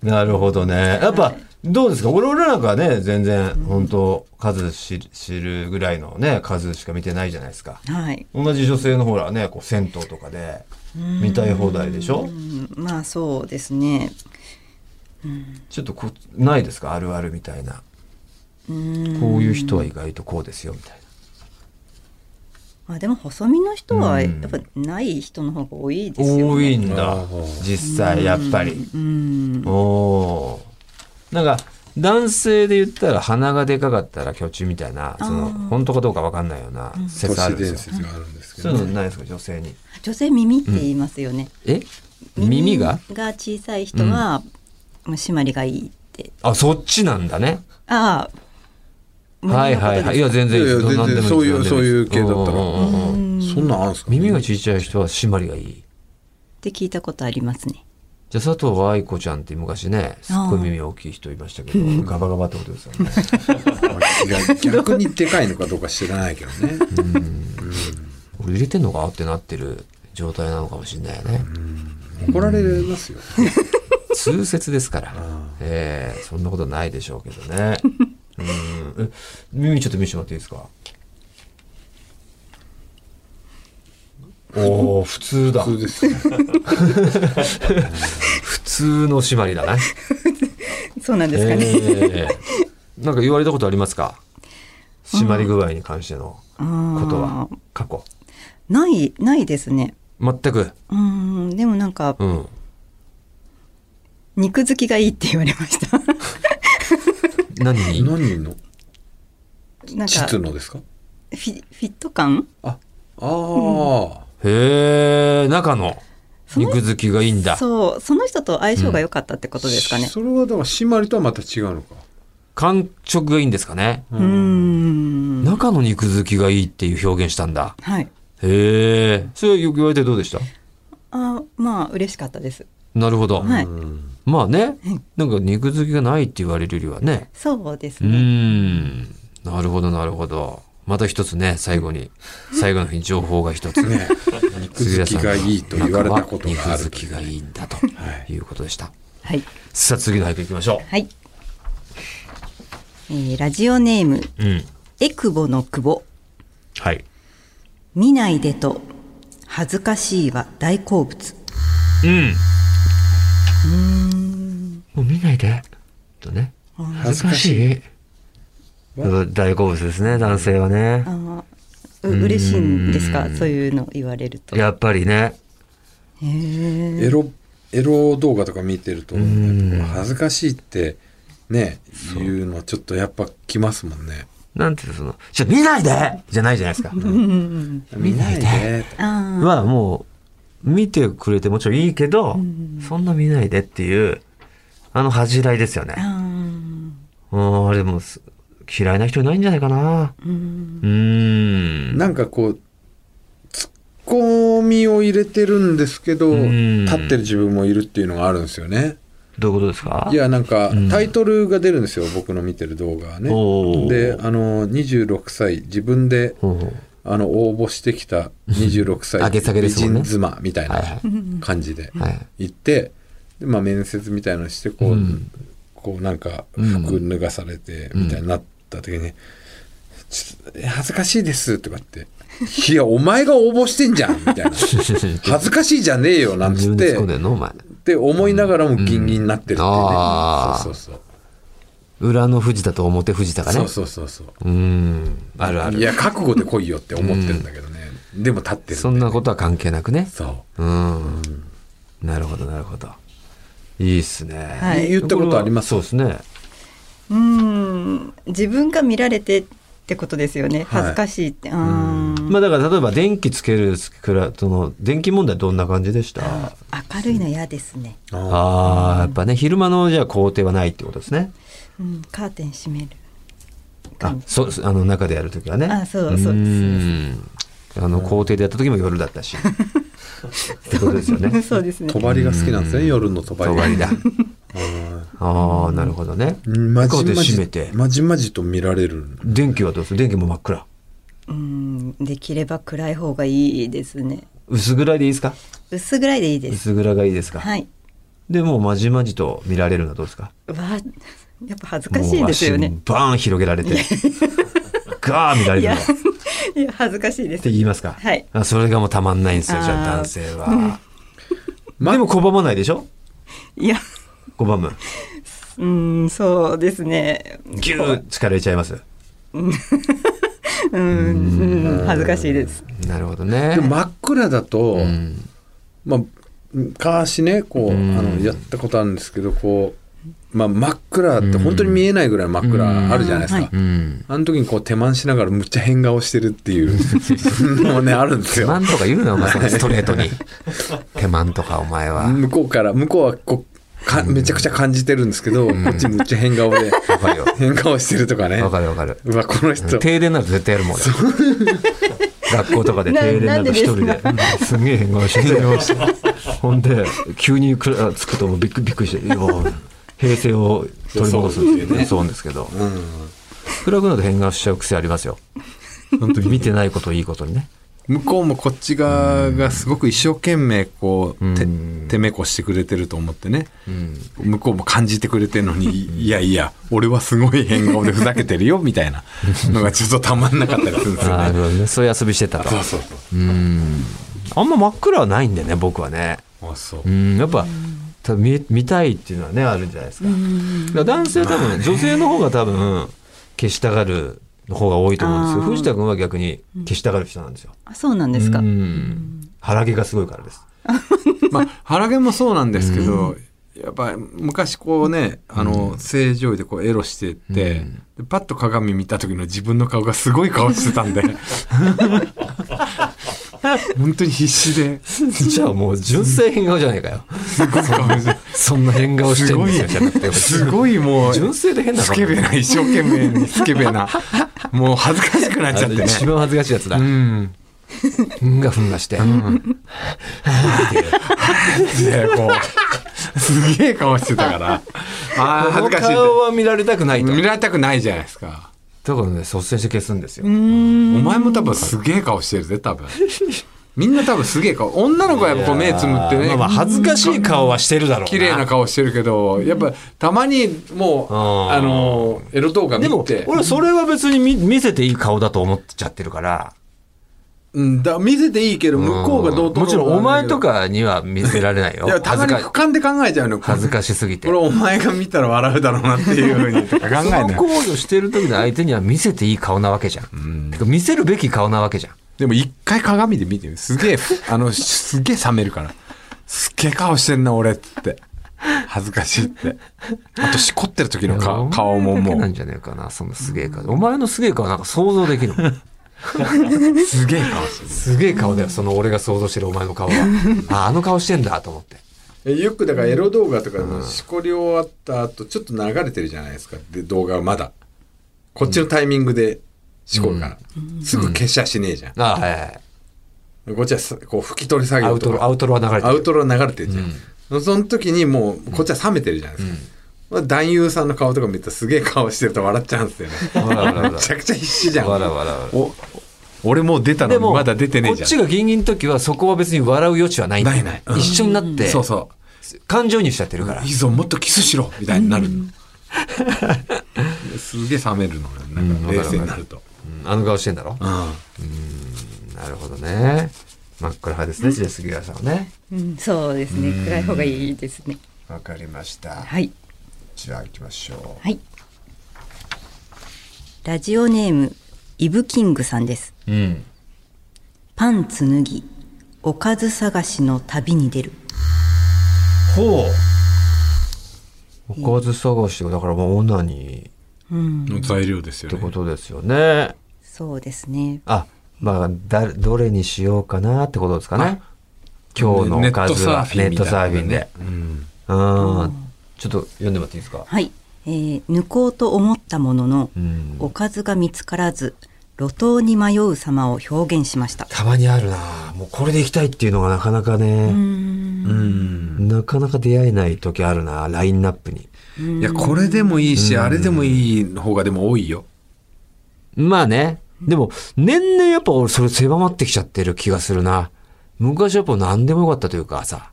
Speaker 2: ン。なるほどね。やっぱ、どうですか俺俺なんかはね、全然、本当数知る知るぐらいのね、数しか見てないじゃないですか。
Speaker 4: はい。
Speaker 2: 同じ女性のほらねこう銭湯とかで見たい放題でしょ
Speaker 4: うんまあそうですね。
Speaker 2: ちょっとこうないですかあるあるみたいなこういう人は意外とこうですよみたい
Speaker 4: まあでも細身の人は
Speaker 2: う
Speaker 4: や
Speaker 2: ん
Speaker 4: っぱない人の方が多いです
Speaker 2: な
Speaker 4: よ
Speaker 2: 多い
Speaker 4: ね。
Speaker 2: んだ
Speaker 3: あー
Speaker 2: 実際やっぱり
Speaker 4: うん。
Speaker 2: おおーなんか男性で言ったら鼻がでかかったら巨中みたいなその本当かどうかわかんないような説あ
Speaker 3: 都
Speaker 2: るん
Speaker 3: 市
Speaker 2: で
Speaker 3: 伝
Speaker 2: すよ
Speaker 3: 説があるんですけ
Speaker 2: そう
Speaker 3: ど
Speaker 2: いう
Speaker 3: ね
Speaker 2: のないですか女性に
Speaker 4: 女性耳って言いますよね。
Speaker 2: え耳が
Speaker 4: が小さい人は締まりがいいって。
Speaker 2: あ、そっちなんだね。
Speaker 4: ああ、
Speaker 2: はいはいはい。いや、全然いいです。
Speaker 3: いやいや
Speaker 2: 何でもです
Speaker 3: そういう
Speaker 2: 何でも
Speaker 3: そう
Speaker 5: い
Speaker 3: いうう
Speaker 5: 系
Speaker 3: 系
Speaker 5: だ
Speaker 3: だ
Speaker 5: っ
Speaker 3: った
Speaker 5: ら
Speaker 3: たらそんなんあるんですか
Speaker 2: 耳が小さい人は締まりがいい。
Speaker 4: って聞いたことありますね。
Speaker 2: じゃあ佐藤愛子ちゃんって昔ね、すっごい耳大きい人いましたけど、ガバガバってことですよ ね。
Speaker 3: 逆にでかいのかどうか知らないけどね
Speaker 2: 俺入れてんのかってなってる状態なのかもしれないよね。
Speaker 3: 怒られますよ
Speaker 2: 通説ですから。ええそんなことないでしょうけど ね。うん。え耳ちょっと見せてもらっていいですかおお普通だ。
Speaker 3: 普通ですよ
Speaker 2: 普通の締まりだね。
Speaker 4: そうなんですかね。
Speaker 2: ええなんか言われたことありますか締まり具合に関してのことは
Speaker 4: あー、
Speaker 2: 過去。
Speaker 4: ない、ないですね。
Speaker 2: 全く。
Speaker 4: うん、でもなんか、
Speaker 2: うん。
Speaker 4: 肉付きがいいって言われま した。
Speaker 2: 何に
Speaker 3: 何の
Speaker 4: なんか、
Speaker 3: 膣
Speaker 4: フ
Speaker 3: のですか
Speaker 4: ィフィット感
Speaker 3: ああ
Speaker 2: へえ、中の肉付きがいいんだ。
Speaker 4: そう、その人と相性が良かったってこと
Speaker 3: あ
Speaker 4: ですかね。
Speaker 3: それはだから締まりとはまた違うのか
Speaker 2: 感触がいいんですかね。
Speaker 4: うん。
Speaker 2: 中の肉付きがいいっていう表現したんだ。
Speaker 4: はい。
Speaker 2: へえ。それはよく言われてどうでした
Speaker 4: あまあ、嬉しかったです。
Speaker 2: なるほど。
Speaker 4: はい。
Speaker 2: まあね
Speaker 4: うん、
Speaker 2: なんか肉付きがないって言われるよりはね。
Speaker 4: そうです
Speaker 2: うーん。
Speaker 4: ね。
Speaker 2: なるほど、なるほど。また一つね、最後に、最後の日に情報が一つ。
Speaker 3: ね 肉
Speaker 2: 杉
Speaker 3: 付
Speaker 2: 田さ
Speaker 3: き
Speaker 2: んの
Speaker 3: がいいと言われたことが
Speaker 2: 中
Speaker 3: あ
Speaker 2: は肉
Speaker 3: ると
Speaker 2: 付きがいいんだと
Speaker 3: はい
Speaker 2: いうことでした。
Speaker 4: はい。
Speaker 2: さあ、次の俳句いきましょ
Speaker 4: はい。えーラジオネーム、
Speaker 2: う。うん。
Speaker 4: エクボの久保。
Speaker 2: はい。
Speaker 4: 見ないでと、恥ずかしいは大好物。
Speaker 2: うん。もう見ないで。とね。恥ずかしい。大好物ですね、男性はね。
Speaker 4: あーう嬉しいんですかそういうの言われると。へ
Speaker 2: やっぱりね。
Speaker 4: え。
Speaker 3: エロエロ動画とか見てると
Speaker 2: ん
Speaker 3: 恥ずかしいってねいうのはちょっとやっぱきますもんね
Speaker 2: なんていうの、その、じゃ見ないでじゃないじゃないですか。
Speaker 3: 見ないで
Speaker 4: あ
Speaker 2: は、もう、見てくれてもちろんいいけど、そんな見ないでっていう、あの恥じらいですよね
Speaker 4: あ。。あ
Speaker 2: うん、あれもす、嫌いな人いないんじゃないかな。
Speaker 4: ーうん。
Speaker 2: うーん。
Speaker 3: なんかこうツッコミを入れてるんですけど
Speaker 2: ん
Speaker 3: 立ってる自分もいるっていうのがあるんですよね
Speaker 2: どういうことですか
Speaker 3: いやなんか
Speaker 2: ん
Speaker 3: タイトルが出るんですよ僕の見てる動画はね
Speaker 2: おー
Speaker 3: であの26歳自分で
Speaker 2: ほうほう
Speaker 3: あの応募してきた26
Speaker 2: 上げ下げで
Speaker 3: 歳美
Speaker 2: すもんね
Speaker 3: 人妻みたい
Speaker 2: は
Speaker 3: ない
Speaker 2: はい
Speaker 3: 感じで
Speaker 2: はい
Speaker 3: 行ってで、まあ、面接みたいのしてこう,、
Speaker 2: うん
Speaker 3: こうなんか服脱がされてみたいになった時に「ちょっとえ恥ずかしいです」とかって「いやお前が応募してんじゃん」みたい な「恥ずかしいじゃねえよ」なん
Speaker 2: 自
Speaker 3: つっ
Speaker 2: 分で
Speaker 3: て
Speaker 2: 突っ込んでんのお前。
Speaker 3: って思いながらもギンギンになってるっていう
Speaker 2: う
Speaker 3: ね、
Speaker 2: んあー
Speaker 3: そうそうそう
Speaker 2: 裏の富士だと表富士だかね。
Speaker 3: そううそうそうそう
Speaker 2: ーん。あるあ
Speaker 3: い
Speaker 2: る。
Speaker 3: や覚悟で来いよって思ってるんだけどね、でも立ってる
Speaker 2: そんなことは関係なくね。
Speaker 3: そ
Speaker 2: う
Speaker 3: う
Speaker 2: ーん。なるほど、なるほど。いいっすね。
Speaker 4: はい
Speaker 3: 言ったことあります
Speaker 2: そうですね。
Speaker 4: うん。自分が見られてってことですよね。恥ずかしいって。あー
Speaker 2: まあだから例えば電気つけるくらい、その電気問題どんな感じでした
Speaker 4: 明るいの嫌ですね。
Speaker 2: ああ、やっぱね、昼間のじゃあ工程はないってことですね。
Speaker 4: うん。カーテン閉める。
Speaker 2: あ、そう、あの中でやるときはね。
Speaker 4: あそうそうです
Speaker 2: んあの工程でやった時も夜だった し。ってことですよね。
Speaker 4: そうですね
Speaker 3: 帳。が好きなんですね夜の帳
Speaker 2: 終わ りだ。ああ、なるほどね。
Speaker 3: まじ
Speaker 2: で
Speaker 3: ま
Speaker 2: 閉め
Speaker 3: じ
Speaker 2: て。
Speaker 3: まじまじと見られる
Speaker 2: 電気はどうする電気も真っ暗。
Speaker 4: うん。できれば暗い方がいいですね。
Speaker 2: 薄暗いでいいですか
Speaker 4: 薄暗いでいいです。
Speaker 2: 薄暗がいいですか、
Speaker 4: はい。
Speaker 2: でもうまじまじと見られるのはどうですか
Speaker 4: わあ、やっぱ恥ずかしいですよね
Speaker 2: もう。足バーン広げられて、ガー見られ
Speaker 4: い
Speaker 2: るのは。
Speaker 4: や
Speaker 2: っ、
Speaker 4: いや恥ずかしいです
Speaker 2: て。言いますか、
Speaker 4: はい
Speaker 2: あそれがもうたまんないんですよ、じゃあ
Speaker 4: あー
Speaker 2: 男性は。
Speaker 3: ま
Speaker 2: でも拒まないでしょ
Speaker 4: いや、
Speaker 2: 拒む。
Speaker 4: うーん、そうですね。
Speaker 2: ギュー力入れちゃいます。
Speaker 4: うーん、うん恥ずかしいです。
Speaker 2: なるほどね
Speaker 3: で。真っ暗だと、
Speaker 2: うん
Speaker 3: まあ昔ねこう、
Speaker 2: ん
Speaker 3: あのやったことあるんですけどこう、まあ、真っ暗って本当に見えないぐらい真っ暗あるじゃないですか、
Speaker 4: うんはい
Speaker 2: うん。
Speaker 3: あの時にこう手満しながらむっちゃ変顔してるって いうのもねあるんです
Speaker 2: 手
Speaker 3: よ
Speaker 2: 満とか言うな、お前、そのストレートに。手満とか、お前は。
Speaker 3: 向こうから向こうはこうかめちゃくちゃ感じてるんですけど、こっちむっちゃ変顔で
Speaker 2: かるよ
Speaker 3: 変顔してるとかね
Speaker 2: わかるわかる。
Speaker 3: うわこの人
Speaker 2: 停電なら絶対やるもん俺学校とかで
Speaker 4: な
Speaker 2: 停電な
Speaker 4: なんん
Speaker 2: か
Speaker 4: で
Speaker 2: 一
Speaker 4: です
Speaker 2: 人でうんすんげえ変顔して変顔してほんで急にくらつくともうびっくびっくりしていや平成を取り戻すっていうねそうなんですけど、暗くなると変顔しちゃう癖ありますよ
Speaker 3: 本当に
Speaker 2: 見てないことをいいことにね
Speaker 3: 向こうもこっち側がすごく一生懸命こう手
Speaker 2: うん
Speaker 3: 手めこしてくれてると思ってね向こうも感じてくれてるのにいやいや俺はすごい変顔でふざけてる よみたいなのがちょっとたまんなかったりするんですよ
Speaker 2: あ
Speaker 3: ね。
Speaker 2: のねそういう遊びしてたと
Speaker 3: そうそうそう
Speaker 2: うんあんま真っ暗はないんでね僕はね
Speaker 3: あそう
Speaker 2: うんやっぱ多分見見たいっていうのはねあるんじゃないですかだから男性は多分、女性の方が多分消したがる方が多いと思うんですよ
Speaker 4: あー
Speaker 2: 藤田君は逆に消したがる人なんですよ、
Speaker 4: あそうなんですか。
Speaker 2: うん腹毛がすごいからです
Speaker 3: まあ腹毛もそうなんですけど、やっぱり昔こうねあの正常位でこうエロしてって、でパッと鏡見た時の自分の顔がすごい顔してたん で本当に必死で
Speaker 2: じゃあもう純正変顔じゃないかよ
Speaker 3: すごい顔して
Speaker 2: そんな変顔して
Speaker 3: す
Speaker 2: るん
Speaker 3: ご
Speaker 2: で
Speaker 3: い
Speaker 2: すよじゃなくて
Speaker 3: すごいも う
Speaker 2: 純正で変な
Speaker 3: スケベな一生懸命にスケベなもう恥ずかしくなっちゃってね。
Speaker 2: 一番恥ずかしいやつだ、
Speaker 3: うん
Speaker 2: ふんがふんがして、
Speaker 3: でこうすげえ顔してたからあー恥ずかしい
Speaker 2: この顔
Speaker 3: っ
Speaker 2: は見られたくない
Speaker 3: て
Speaker 2: と
Speaker 3: 見られたくないじゃないですか。
Speaker 2: だからね率先して消すんですよ、
Speaker 3: お前も多分すげえ顔してるぜ多分みんな多分すげえ顔女の子はやっぱこう目つむって
Speaker 2: ま
Speaker 3: ね
Speaker 2: あまあ恥ずかしい顔はしてるだろうな
Speaker 3: 綺麗な顔してるけどやっぱたまにもう
Speaker 2: あー
Speaker 3: あのエロ動画
Speaker 2: でも
Speaker 3: 見て
Speaker 2: 俺それは別に見見せていい顔だと思っちゃってるから
Speaker 3: うんだ見せていいけど向こうがどうと
Speaker 2: もちろんお前とかには見せられないよ
Speaker 3: いやた
Speaker 2: 恥
Speaker 3: ま
Speaker 2: ず
Speaker 3: に
Speaker 2: か
Speaker 3: 俯瞰で考えちゃうの
Speaker 2: 恥ず
Speaker 3: し
Speaker 2: かしすぎて
Speaker 3: これお前が見たら笑うだろうなっていうふう にとか
Speaker 2: そ
Speaker 3: 考え
Speaker 2: の
Speaker 3: ない
Speaker 2: 行為をしてる時の相手には見せていい顔なわけじゃん、てか見せるべき顔なわけじゃん
Speaker 3: でも一回鏡で見てみすげえあのすげえ冷めるからすっげえ顔してんな俺っつって恥ずかしいってあとしこってる時の
Speaker 2: お
Speaker 3: か
Speaker 2: 前
Speaker 3: 顔もも
Speaker 2: だけなん
Speaker 3: う
Speaker 2: じゃねえかなそのすげえ顔、お前のすげえ顔なんか想像できるも ん
Speaker 3: すげえ顔して
Speaker 2: すげえ顔だよその俺が想像してるお前の顔は ああの顔してんだと思って
Speaker 3: るよくだからエロ動画とかでもしこり終わった後ちょっと流れてるじゃないですかで動画はまだこっちのタイミングでしこるから、すぐ消しゃしねえじゃん、
Speaker 2: ああはいはい
Speaker 3: こっちはさこう拭き取り作
Speaker 2: ア
Speaker 3: 業
Speaker 2: ウト
Speaker 3: と
Speaker 2: ロ
Speaker 3: か
Speaker 2: アウトロは流れて
Speaker 3: ア
Speaker 2: る
Speaker 3: ウトロ流れてるじゃん、その時にもうこっちは冷めてるじゃないですか、まあ男優さんの顔とか見たらすげえ顔してると笑っちゃうんですよ
Speaker 2: わ
Speaker 3: ね
Speaker 2: らわらわら
Speaker 3: めちゃくちゃ必死じゃん
Speaker 2: わらわらわら
Speaker 3: お俺もう出たの
Speaker 2: で
Speaker 3: に
Speaker 2: も
Speaker 3: まだ出てねえじゃ
Speaker 2: こっ
Speaker 3: ん
Speaker 2: ちがギンギンの時はそこは別に笑う余地はないんだよ
Speaker 3: ないないうん
Speaker 2: 一緒になって
Speaker 3: そうそ
Speaker 2: 感情にしちゃってるから
Speaker 3: ういいぞもっとキスしろみたいになるのすげえ冷めるのよなんか冷静になると、
Speaker 2: あの顔してんだろ
Speaker 3: うん
Speaker 2: なるほどね真っ暗派ですねじゃあ杉浦さんはね
Speaker 4: うんそうですね。暗い方がいいですね。
Speaker 2: わかりました
Speaker 4: はい。
Speaker 2: じゃあ行きましょ
Speaker 4: はい。ラジオネーム、イブキングさんです。
Speaker 2: ううん
Speaker 4: パンツ脱ぎ、おかず探しの旅に出る。
Speaker 2: ほうおかず探しだからまあオナニ
Speaker 3: の材料ですよ
Speaker 2: ーって
Speaker 3: ね
Speaker 2: ことですよね
Speaker 4: そうですね。
Speaker 2: あまあだどれにしようかなってことですかね今日のおかずはネッ
Speaker 3: ネッ
Speaker 2: ト
Speaker 3: ト
Speaker 2: サ
Speaker 3: サ
Speaker 2: ー
Speaker 3: ー
Speaker 2: フ
Speaker 3: フ
Speaker 2: ィ
Speaker 3: ィ
Speaker 2: ン
Speaker 3: ン
Speaker 2: で
Speaker 3: ね
Speaker 2: うんちょっと読んでもらっていいですか
Speaker 4: はい。えー、抜こうと思ったものの、
Speaker 2: ん
Speaker 4: おかずが見つからず、路頭に迷う様を表現しました。
Speaker 2: たまにあるなもうこれで行きたいっていうのがなかなか
Speaker 4: う
Speaker 2: ね、
Speaker 4: ん。
Speaker 3: うん
Speaker 2: なかなか出会えない時あるなラインナップに
Speaker 3: いやこれでもいいしあれでもいい方がでも多いよ
Speaker 2: まあねでも年々やっぱ俺それ狭まってきちゃってる気がするな昔はやっぱ何でもよかったというかさ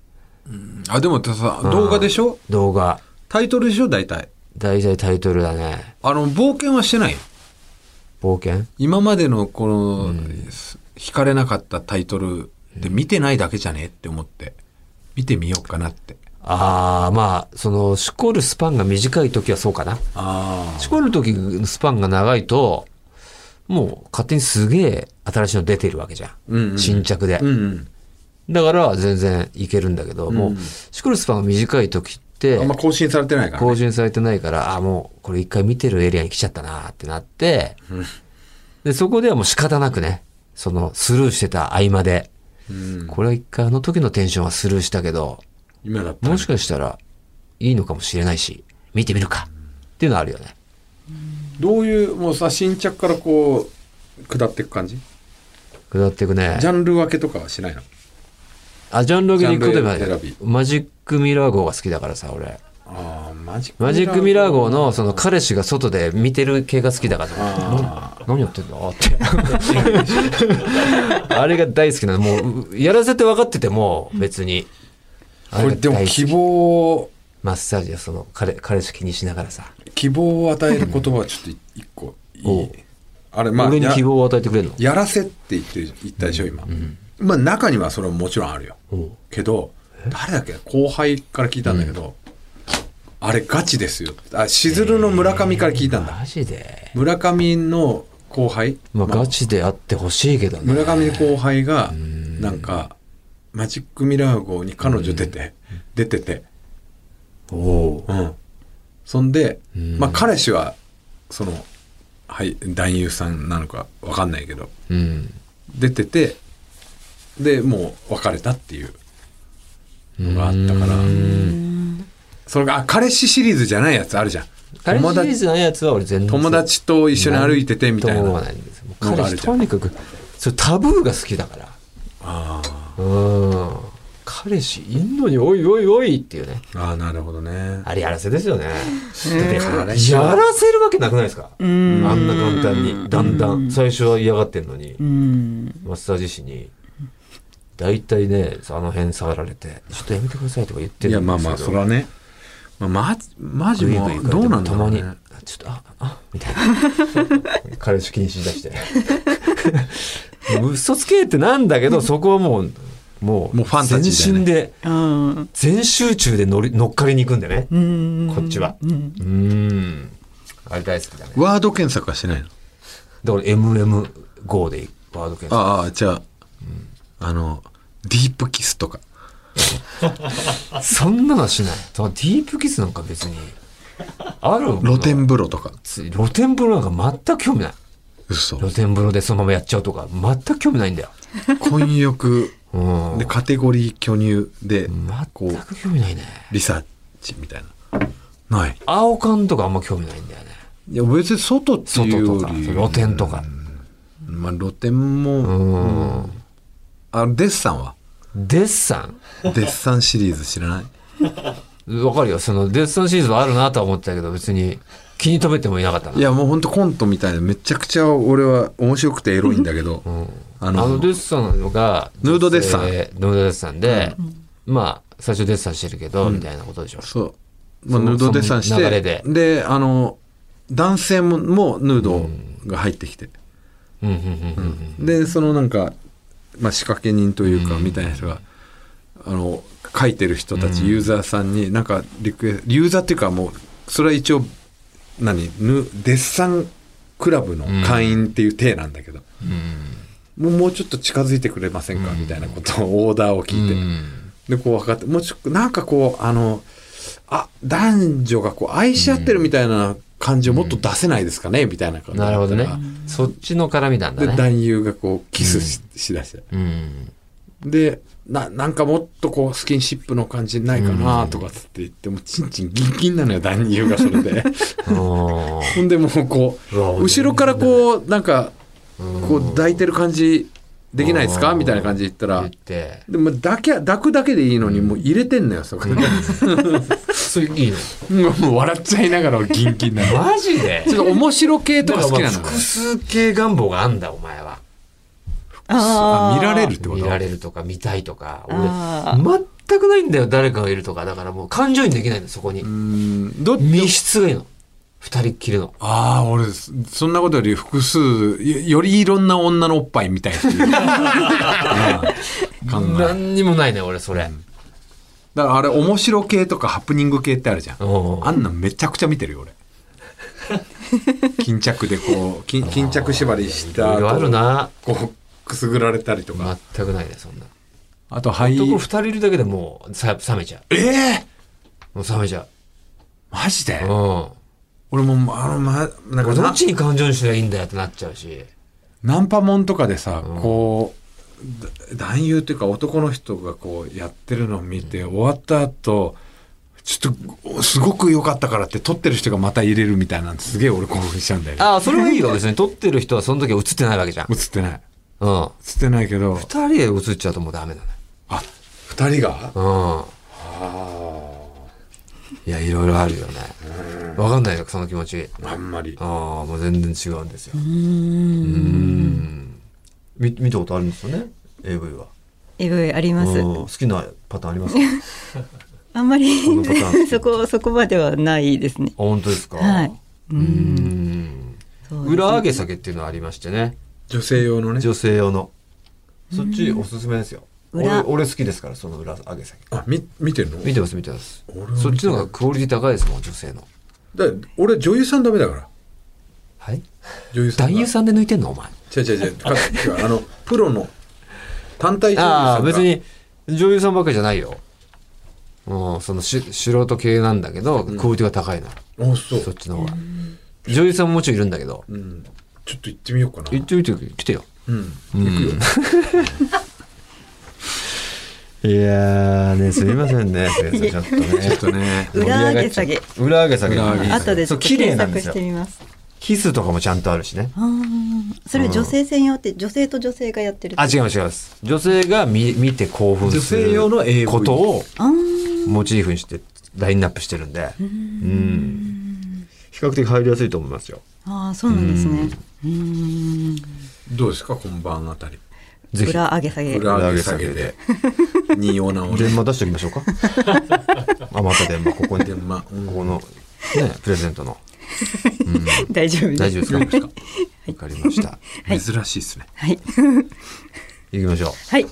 Speaker 3: あでもさ動画でしょ
Speaker 2: 動画
Speaker 3: タイトルでしょ大体
Speaker 2: 大体タイトルだね
Speaker 3: あの冒険はしてないよ
Speaker 2: 冒険
Speaker 3: 今までのこの、惹かれなかったタイトルで見てないだけじゃねって思って見てみようかなって
Speaker 2: ああまあそのしこるスパンが短い時はそうかな
Speaker 3: あ
Speaker 2: しこる時のスパンが長いともう勝手にすげえ新しいの出てるわけじゃん、
Speaker 3: うんうん
Speaker 2: 新着で、
Speaker 3: うんうん
Speaker 2: だから全然いけるんだけど、もう、シクルスパンが短い時って
Speaker 3: あん、ま更新されてないから、ね、
Speaker 2: 更新されてないから、あ、もう、これ一回見てるエリアに来ちゃったなってなって、で、そこではもう仕方なくね、その、スルーしてた合間で、これは一回あの時のテンションはスルーしたけど、
Speaker 3: 今だったら
Speaker 2: もしかしたら、いいのかもしれないし、見てみるかっていうのはあるよね。
Speaker 3: どういうもうさ新着からこう下っていく感じ
Speaker 2: 下っていくね
Speaker 3: ジ。ャンル分けとかはしないの
Speaker 2: あ、ジャンル上げに行くことば
Speaker 3: ジャンル選び
Speaker 2: マジックミラー号が好きだからさ、俺。
Speaker 3: ああマジック
Speaker 2: マジックミラー号のその彼氏が外で見てる系が好きだからな何やってんだって。 あれが大好きなの。もう、やらせて分かってても、別に。
Speaker 3: これで
Speaker 2: あ
Speaker 3: も
Speaker 2: れが大好き
Speaker 3: 希望を
Speaker 2: マッサージはその彼、彼氏気にしながらさ。
Speaker 3: 希望を与える言葉はちょっと一個いい
Speaker 2: お
Speaker 3: あれまあ
Speaker 2: 俺に
Speaker 3: や
Speaker 2: 希望を与えてくれるの
Speaker 3: やらせって言ってる言ったでしょ今、まあ中にはそれももちろんあるよ
Speaker 2: お
Speaker 3: けど誰だっけ後輩から聞いたんだけど、あれガチですよあしずるの村上から聞いたんだ、
Speaker 2: マジで。
Speaker 3: 村上の後輩、
Speaker 2: まあ、
Speaker 3: まあ
Speaker 2: ガチであってほしいけどね。
Speaker 3: 村上の後輩がなんかマジックミラー号に彼女出て、出てて、
Speaker 2: おお
Speaker 3: うん、そんで、まあ彼氏はその、はい、男優さんなのかわかんないけど
Speaker 2: う。うん。
Speaker 3: 出ててでもう別れたっていうのがあったからそれがあ彼氏シリーズじゃないやつあるじゃん
Speaker 2: 彼氏
Speaker 3: 友
Speaker 2: シリー
Speaker 3: 達
Speaker 2: ズのやつは俺全然。
Speaker 3: 友達と一緒に歩いててみたい
Speaker 2: と
Speaker 3: な
Speaker 2: 思わないんですよもう
Speaker 3: のが
Speaker 2: 彼
Speaker 3: ある
Speaker 2: 氏
Speaker 3: じゃ
Speaker 2: と
Speaker 3: ん
Speaker 2: にかくそれタブーが好きだからうん彼氏いんのにおいおいおいっていうね
Speaker 3: ああなるほどね
Speaker 2: あれやらせですよねだって
Speaker 3: 彼氏
Speaker 2: や
Speaker 3: は
Speaker 2: らせるわけなくないですかあんな簡単にだんだん最初は嫌がってんのに
Speaker 4: うん。
Speaker 2: マッサージ師に大体ねあの辺触られて「ちょっとやめてください」とか言って
Speaker 3: い
Speaker 2: る
Speaker 3: や
Speaker 2: ん
Speaker 3: ま
Speaker 2: で
Speaker 3: あ
Speaker 2: すけど
Speaker 3: まあそれはね、まあ、マジマジも
Speaker 2: グイグイ行かれて
Speaker 3: どうなんだ
Speaker 2: た
Speaker 3: ろ
Speaker 2: ま
Speaker 3: う、ね、
Speaker 2: にあ「ちょっとああみ たいな彼氏気にしだしてもう嘘つけってなんだけどそこはもうもう
Speaker 3: もうファンタジー
Speaker 2: 全
Speaker 3: だよね
Speaker 2: 身で
Speaker 4: うん。
Speaker 2: 全集中で乗り乗っかりに行くんでねこっちはうんあれ大好きだね
Speaker 3: ワード検索はしないの
Speaker 2: だから MM5 でワード検索
Speaker 3: ああじゃあ、あのディープキスとか
Speaker 2: そんなのはしないだからディープキスなんか別にある
Speaker 3: 露天風呂とか
Speaker 2: つ露天風呂なんか全く興味ない
Speaker 3: 嘘
Speaker 2: 露天風呂でそのままやっちゃうとか全く興味ないんだよ
Speaker 3: 婚浴
Speaker 2: うん
Speaker 3: でカテゴリー巨乳でこ
Speaker 2: 全
Speaker 3: う
Speaker 2: く興味ないね
Speaker 3: リサーチみたいなない
Speaker 2: 青缶とかあんま興味ないんだよね
Speaker 3: いや別に外ってい
Speaker 2: 外
Speaker 3: う
Speaker 2: と
Speaker 3: よ
Speaker 2: か
Speaker 3: り
Speaker 2: 露天とか
Speaker 3: まあ露天もあデッサ ンは
Speaker 2: デッサ
Speaker 3: デッサンシリーズ知らない
Speaker 2: ンわかるよそのデッサンシリーズはあるなとは思ってたけど別に気に留めてもいなかったない
Speaker 3: やもうほんとコントみたいなめちゃくちゃ俺は面白くてエロいんだけど、あ
Speaker 2: あの
Speaker 3: の
Speaker 2: デッサンが
Speaker 3: ヌードデッサン
Speaker 2: 女性ヌードデッサンでまあ最初デッサンしてるけどみたいなことでしょ
Speaker 3: そう、ま
Speaker 2: そ
Speaker 3: あ、ヌ
Speaker 2: の
Speaker 3: ードデッサンし
Speaker 2: その流れ
Speaker 3: て
Speaker 2: で
Speaker 3: であの男性ももヌードが入ってきて、
Speaker 2: うんうんうんうん
Speaker 3: でそのなんか、まあ、仕掛け人というかみたいな人が、あの書いてる人たち、ユーザーさんになんかリクエユーザーっていうかもうそれは一応何ぬデッサンクラブの会員っていう体なんだけど、もうもうちょっと近づいてくれませんか、みたいなことをオーダーを聞いて、でこう分かってもうちょっとなんかこうあのあ男女がこう愛し合ってるみたいな感じをもっと出せないですかね、みたいな感じだ
Speaker 2: な
Speaker 3: った
Speaker 2: る
Speaker 3: ら
Speaker 2: ほどねそっちの絡みなん
Speaker 3: で、
Speaker 2: だね
Speaker 3: 男優がこう、キスし,、だして。
Speaker 2: うん
Speaker 3: で、な、なんかもっとこう、スキンシップの感じないかなとかつって言って、もう、チンチンギンギンなのよ、男優がそれ で。
Speaker 2: おー
Speaker 3: ほんでもう、こう、後ろからこう、なんか、こう、抱いてる感じ、できないですかみたいな感じで言った
Speaker 2: 言
Speaker 3: ら
Speaker 2: っ、て
Speaker 3: でも、抱きゃ、抱くだけでいいのに、もう入れてんのよ、そこに。
Speaker 2: それいいの
Speaker 3: もう、笑っちゃいながらギンギンなの。
Speaker 2: マジで
Speaker 3: ちょっと面白系とか好きな
Speaker 2: だからお
Speaker 3: の
Speaker 2: 前。複数形願望があんだお前は
Speaker 4: あ
Speaker 3: あ見られるってこ
Speaker 2: 見
Speaker 3: と
Speaker 2: られるとか見たいとか
Speaker 4: あ
Speaker 2: 俺全くないんだよ誰かがいるとかだからもう感情にできないのそこに
Speaker 3: うんどっ
Speaker 2: 密室がいいの二人っきりの
Speaker 3: ああ、俺、そそんなことより複数、よよりいろんな女のおっぱいみたいっていううん考え。
Speaker 2: 何にもないね俺それ
Speaker 3: だからあれ、面白系とかハプニング系ってあるじゃん。
Speaker 2: おうおう
Speaker 3: あんなんめちゃくちゃ見てるよ、俺。巾着でこう、 巾巾着縛りし
Speaker 2: いろ
Speaker 3: た
Speaker 2: いろある
Speaker 3: 後、
Speaker 2: な
Speaker 3: こう、くすぐられたりとか。
Speaker 2: 全くないねそんな
Speaker 3: あと、俳
Speaker 2: 男
Speaker 3: 優
Speaker 2: 二。人いるだけでもうさ冷めちゃ
Speaker 3: ええ
Speaker 2: うもう冷めちゃ
Speaker 3: マジで
Speaker 2: ううん
Speaker 3: 俺も、あの、ま、なんか
Speaker 2: 俺ど
Speaker 3: な
Speaker 2: っ、ちに感情にすりゃいいんだよってなっちゃうし
Speaker 3: ナンパモンとかでさ、こうだ男優というか男の人がこうやってるのを見て、終わった後ちょっとすごく良かったからって撮ってる人がまた入れるみたいなんですげえ俺興奮しちゃうんだよね
Speaker 2: ああ、それはいいよ、別に。撮ってる人はその時は映ってないわけじゃん。
Speaker 3: 映ってない
Speaker 2: うん。
Speaker 3: 映ってないけど
Speaker 2: 二人で映っちゃうともうダメだね。
Speaker 3: あ二人が
Speaker 2: うん。いや、いろいろあるよね。わかんないよ、その気持ち。
Speaker 3: あんまり
Speaker 2: ああ、もう全然違うんですよ。うん。見見たことあるんですよね、AV は。
Speaker 4: えぐいあり
Speaker 2: う
Speaker 4: ます。
Speaker 2: ん好きなパターンありますかあ、
Speaker 4: あんまり
Speaker 2: このパターン
Speaker 4: そこそこまではないですね。
Speaker 2: 本当ですか。
Speaker 4: はい。う。
Speaker 2: うんん。
Speaker 4: そうです
Speaker 2: 裏上げ下げっていうのはありましてね。
Speaker 3: 女性用のね
Speaker 2: 女性用の。そっちおすすめですよ。俺、
Speaker 4: 裏
Speaker 2: 俺好きですから、その裏上げ下げ。
Speaker 3: あみ見てんの
Speaker 2: 見てます、見てます
Speaker 3: 俺は見。て
Speaker 2: そっちの方がクオリティ高いですもん、女性の。
Speaker 3: だ俺女優さんダメだから
Speaker 2: はい
Speaker 3: 女優さん
Speaker 2: 男優さんで抜いてんのお前。
Speaker 3: ん違う違う違うか違うあのプロの単体女優さんが
Speaker 2: ああ、別に女優さんばっかりじゃないよ。うん、そのし素人系なんだけど、クオリティが高いの。
Speaker 3: あそう
Speaker 2: そっちの方が。女優さんももちろんいるんだけど。
Speaker 3: うんちょっと行ってみようかな
Speaker 2: 行ってみて、来てよ。
Speaker 3: うん
Speaker 2: いやーね、すみません ね、先生、ちょっとね。ちょっとね
Speaker 4: 裏上げ下げ。
Speaker 2: 裏上げ下げ。
Speaker 3: 裏上げ下げ
Speaker 4: 後でち
Speaker 2: そ
Speaker 4: ょ
Speaker 2: う
Speaker 4: っと検索し
Speaker 2: よ
Speaker 4: てみます。
Speaker 2: キスとかもちゃんとあるしね。
Speaker 4: あーそれ女性専用って女性と女性がやってる。
Speaker 2: あ、違います、違います。女性が見見て興奮す
Speaker 3: 女性
Speaker 2: る
Speaker 3: 用の AV
Speaker 2: ことを
Speaker 4: あー
Speaker 2: モチーフにしてラインナップしてるんで。うん。比較的入りやすいと思いますよ。
Speaker 4: あー、そうなんですね。うーん。
Speaker 3: どうですか今晩あたり
Speaker 2: ぜひ。
Speaker 4: 裏上げ下げ。
Speaker 3: 裏上げ下げで二様なお
Speaker 2: 電話出しておきま しょうか。あ、また電話、ここに。
Speaker 3: 電話
Speaker 2: ここの、ね、プレゼントの。
Speaker 4: 大丈夫です。
Speaker 2: 大丈夫です かわかりま した。
Speaker 3: 珍しいですね
Speaker 4: はい。
Speaker 2: 行きましょ
Speaker 4: はい。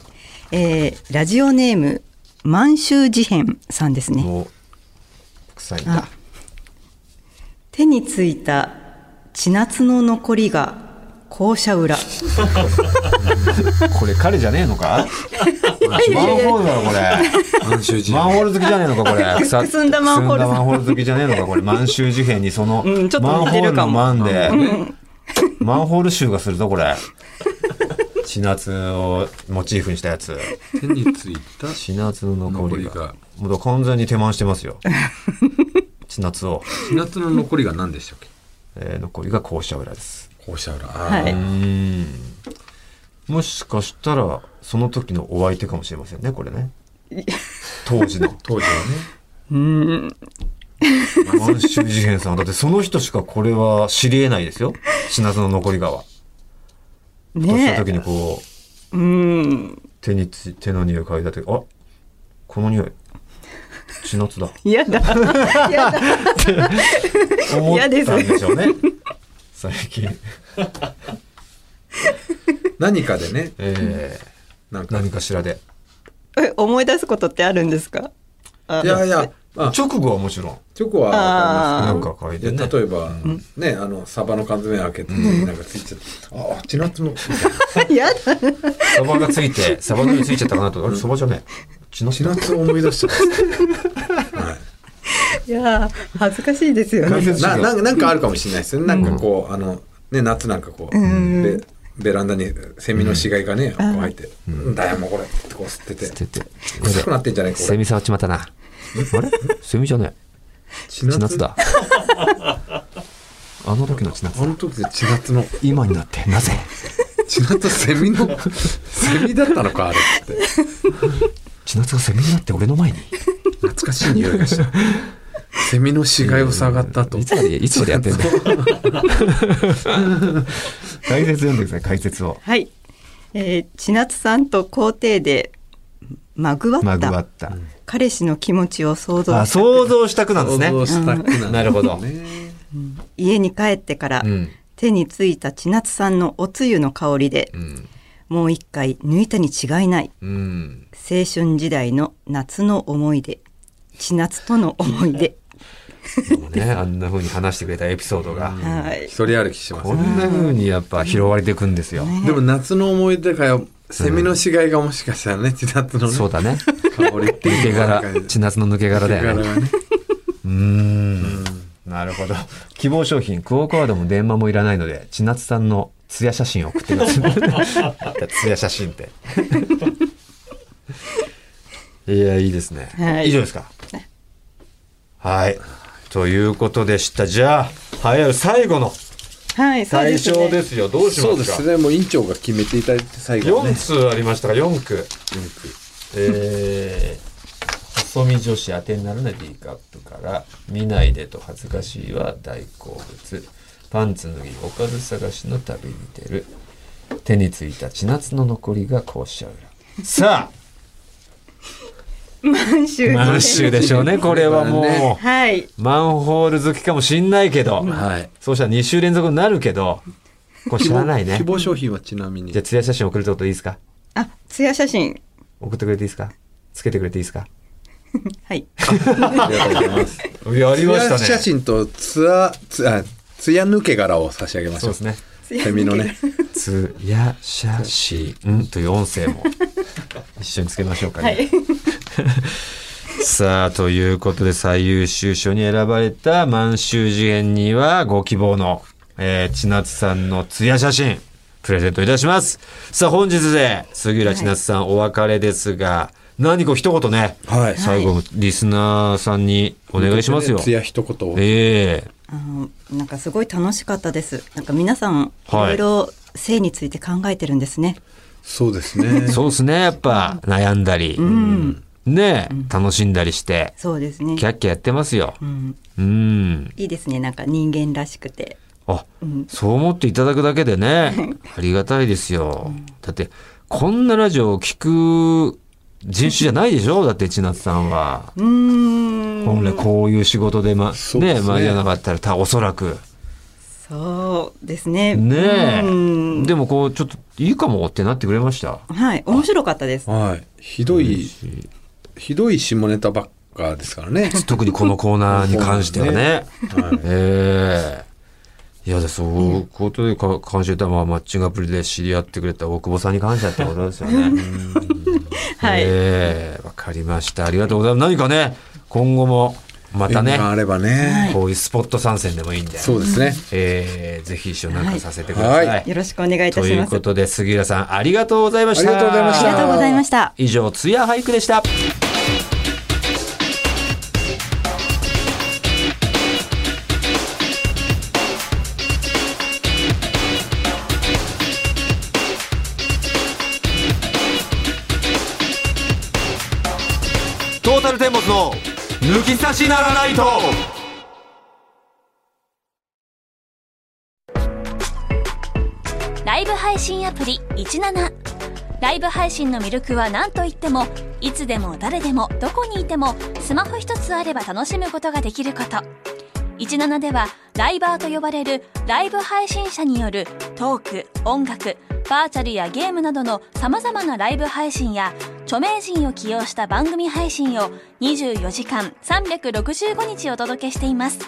Speaker 4: えー、ラジオネーム満州事変さんです
Speaker 2: う。
Speaker 4: ね。
Speaker 2: もう、臭いんだ
Speaker 4: あ。手についた血夏の残りが校舎裏。
Speaker 2: これ彼じゃねえの かマンホールだろ、これ。
Speaker 3: 満州人
Speaker 2: マンホール好きじゃねえのか、これ。
Speaker 4: くすんだマンホール
Speaker 2: くすんだマンホール好きじゃねえのか、これ。満州事変にその、
Speaker 4: うんちょっ
Speaker 2: マ
Speaker 4: と
Speaker 2: ン
Speaker 4: 似
Speaker 2: ホー
Speaker 4: て
Speaker 2: ル
Speaker 4: る
Speaker 2: の
Speaker 4: かも
Speaker 2: マンで、マンホール臭がするぞ、これ。血夏をモチーフにしたやつ。
Speaker 3: 手についた
Speaker 2: 血夏の残りが。
Speaker 3: 残りが
Speaker 2: もうだから完全に手満してますよ。血夏を。
Speaker 3: 日夏の残りが何でしたっけ
Speaker 2: えー残りが校舎裏です。
Speaker 3: 校舎裏
Speaker 4: は。
Speaker 3: はい
Speaker 2: うん。もしかしたら、その時のお相手かもしれませんね、これね。当時の。
Speaker 3: 当時はね
Speaker 2: 満州事変さん。だってその人しかこれは知り得ないですよ。死なずの残り川。とした
Speaker 4: ね
Speaker 2: 時にこう、
Speaker 4: え。うん。
Speaker 2: 手につ、手の匂い嗅いだ時、あこの匂い。血夏だ。
Speaker 4: やだ。やだ。
Speaker 2: 思った
Speaker 4: 嫌
Speaker 2: ん
Speaker 4: です
Speaker 2: でしょうね。最近。
Speaker 3: 何かでね
Speaker 2: え
Speaker 3: なん
Speaker 2: ー、
Speaker 3: か
Speaker 2: 何かしらで。
Speaker 4: え思い出すことってあるんですかあ
Speaker 3: いやいやあ
Speaker 2: 直後はもちろん。
Speaker 3: チョコはわ
Speaker 4: あー
Speaker 3: か
Speaker 2: なんか嗅
Speaker 3: ります
Speaker 2: い
Speaker 3: け
Speaker 2: で
Speaker 3: ど
Speaker 2: ね。
Speaker 3: で例えば、ねあのサバの缶詰開けて、なんかついちゃってああ血夏の
Speaker 4: やだ。
Speaker 2: サバがついて、サバのについちゃったかなと。あれ、サバじゃねえ。血の
Speaker 3: 血夏を思い出しちゃ った、はい
Speaker 4: やー恥ずかしいですよ
Speaker 3: い、
Speaker 4: ね。
Speaker 3: なななんかあるかもしれないですねなんかこう、あのね夏なんかこう、
Speaker 4: ん
Speaker 3: ベベランダにセミの死骸がね、こう入って「うん、だよもうこれ」ってこう吸ってて
Speaker 2: ってて。
Speaker 3: 臭くなってんじゃないか
Speaker 2: セミ触っちまった な。あれセミじゃね
Speaker 3: 血
Speaker 2: え。血夏だ。 あの時の血夏
Speaker 3: あ。の時で血夏の
Speaker 2: 今になって、なぜ
Speaker 3: 血夏セ ミのセミだったのかあれって
Speaker 2: 血夏がセミになって俺の前に。
Speaker 3: 懐かしい匂いがしたセミの死骸を探ったと
Speaker 2: いつま で、いつまでや ってんだ解説読んでください、解説を。
Speaker 4: はい。えー、千夏さんと皇帝でまぐわ
Speaker 2: ま
Speaker 4: っ
Speaker 2: ぐわったた。
Speaker 4: 彼氏の気持ちを想像
Speaker 2: あ、
Speaker 4: し
Speaker 2: 想像したくなんですね。
Speaker 3: 想像したくな
Speaker 2: なるほど。
Speaker 3: ね
Speaker 4: 家に帰ってから、
Speaker 2: うん。
Speaker 4: 手についた千夏さんのおつゆの香りで、
Speaker 2: うん。
Speaker 4: もう一回抜いたに違いない
Speaker 2: うん。
Speaker 4: 青春時代の夏の思い出千夏との思い出、
Speaker 2: もうね、あんな風に話してくれたエピソードが。
Speaker 4: はい
Speaker 3: 一人歩きしてます
Speaker 2: こんな風にやっぱ広がりていくんですよ。
Speaker 3: でも夏の思い出かよセミの死骸がもしかしたらね血夏のね
Speaker 2: そう だね。
Speaker 3: 香りって
Speaker 2: 抜け
Speaker 3: いうのが
Speaker 2: 殻
Speaker 3: なんか、
Speaker 2: 血夏の抜け殻だよ
Speaker 3: 抜
Speaker 2: ね
Speaker 3: け。殻がね
Speaker 2: うーん。なるほど。希望商品、クオカードも電話もいらないので、千夏さんのツヤ写真を送ってくだ さい。ツヤ写真って。いや、いいですね。
Speaker 4: はい
Speaker 2: 以上ですか。はい。ということでした。じゃあ、栄えある最後の
Speaker 4: はい、そう
Speaker 2: 対
Speaker 4: です
Speaker 2: 象で
Speaker 4: ね。
Speaker 2: すよ。どうし
Speaker 3: そう
Speaker 2: ま
Speaker 3: です
Speaker 2: か
Speaker 3: すねもう委員長が決めていただいて最後
Speaker 2: 四
Speaker 3: ね
Speaker 2: 通ありましたが、四区。えー、細身女子当てにならない B カップから、見ないでと恥ずかしいは大好物。パンツ脱ぎ、おかず探しの旅に出る。手についた千夏の残りが校舎裏。さあ、
Speaker 4: 満州
Speaker 2: 満州でしょうね。これはもう、
Speaker 4: はい。
Speaker 2: マンホール好きかもしんないけど、
Speaker 6: はい。
Speaker 2: そうしたら2週連続になるけど、これ知らないね
Speaker 3: 希。望商品はちなみに
Speaker 2: じゃあ、ツヤ写真送るってこといいですか
Speaker 4: あ、ツヤ写真。
Speaker 2: 送ってくれていいですかつけてくれていいですか
Speaker 4: はい。
Speaker 3: ありがとうございます
Speaker 2: やりましたね。
Speaker 3: ツヤ写真とツアツあツヤ抜け殻を差し上げまし
Speaker 2: そう
Speaker 3: ょう
Speaker 2: ですね。
Speaker 3: セミのね
Speaker 2: つや写真という音声 も一緒につけましょうかね。
Speaker 4: はい。
Speaker 2: さあ、ということで最優秀賞に選ばれた満州事変にはご希望の、えー、千夏さんのツヤ写真、プレゼントいたします。さあ、本日で杉浦千夏さんお別れですが、何か一言ね、
Speaker 3: はい
Speaker 2: 最後、リスナーさんにお願いしますよ。
Speaker 3: ツヤ一言を
Speaker 2: ええ
Speaker 4: あのなんかすごい楽しかったです。なんか皆さん、い
Speaker 2: はい
Speaker 4: ろいろ性について考えてるんですね。
Speaker 3: そうですね
Speaker 2: そうですね、やっぱ悩んだり、ねえ、楽しんだりして、
Speaker 4: そうですね
Speaker 2: キ。ャッキャやってますよ。
Speaker 4: うん、
Speaker 2: うん。
Speaker 4: いいですね。なんか人間らしくて。
Speaker 2: あ、そう思っていただくだけでね、ありがたいですよ。だって、こんなラジオを聞く人種じゃないでしょだって、千夏さんは。
Speaker 4: うーん。
Speaker 2: 本来こういう仕事で、ま、
Speaker 3: そうで
Speaker 2: ね、
Speaker 3: すね
Speaker 2: 間に合わなかったら、たおそらく。
Speaker 4: そうですね。
Speaker 2: ね
Speaker 4: うん
Speaker 2: え。でも、こう、ちょっと、いいかもってなってくれました。
Speaker 4: はい。面白かったです。
Speaker 3: はいひどいひどい下ネタばっかですから ね
Speaker 2: 特にこのコーナーに関してはね。
Speaker 3: はい
Speaker 2: ええいやでそういうことでか感謝したまあマッチングアプリで知り合ってくれた大久保さんに感謝ってことですよね。
Speaker 4: はい。
Speaker 2: ええわかりました。ありがとうございます。何かね、今後もまたね
Speaker 3: 縁、があればね
Speaker 2: こういうスポット参戦でもいいんで、
Speaker 3: そうですね
Speaker 2: ええぜひ一緒になんかさせてください。
Speaker 3: はい
Speaker 4: よろしくお願いいた
Speaker 2: と
Speaker 4: し
Speaker 2: いう
Speaker 4: ます。
Speaker 2: ことで、杉浦さん、ありがとうございました。
Speaker 3: ありがとうございま
Speaker 4: あ
Speaker 3: し
Speaker 4: り
Speaker 3: た
Speaker 4: がとうございました。
Speaker 2: 以上、ツヤ俳句でした。トータルテンボスの抜き差しならないと
Speaker 1: ライブ配信アプリ17ライブ配信の魅力は何といってもいつでも誰でもどこにいてもスマホ一つあれば楽しむことができること17ではライバーと呼ばれるライブ配信者によるトーク音楽バーチャルやゲームなどのさまざまなライブ配信や著名人を起用した番組配信を24時間365日お届けしています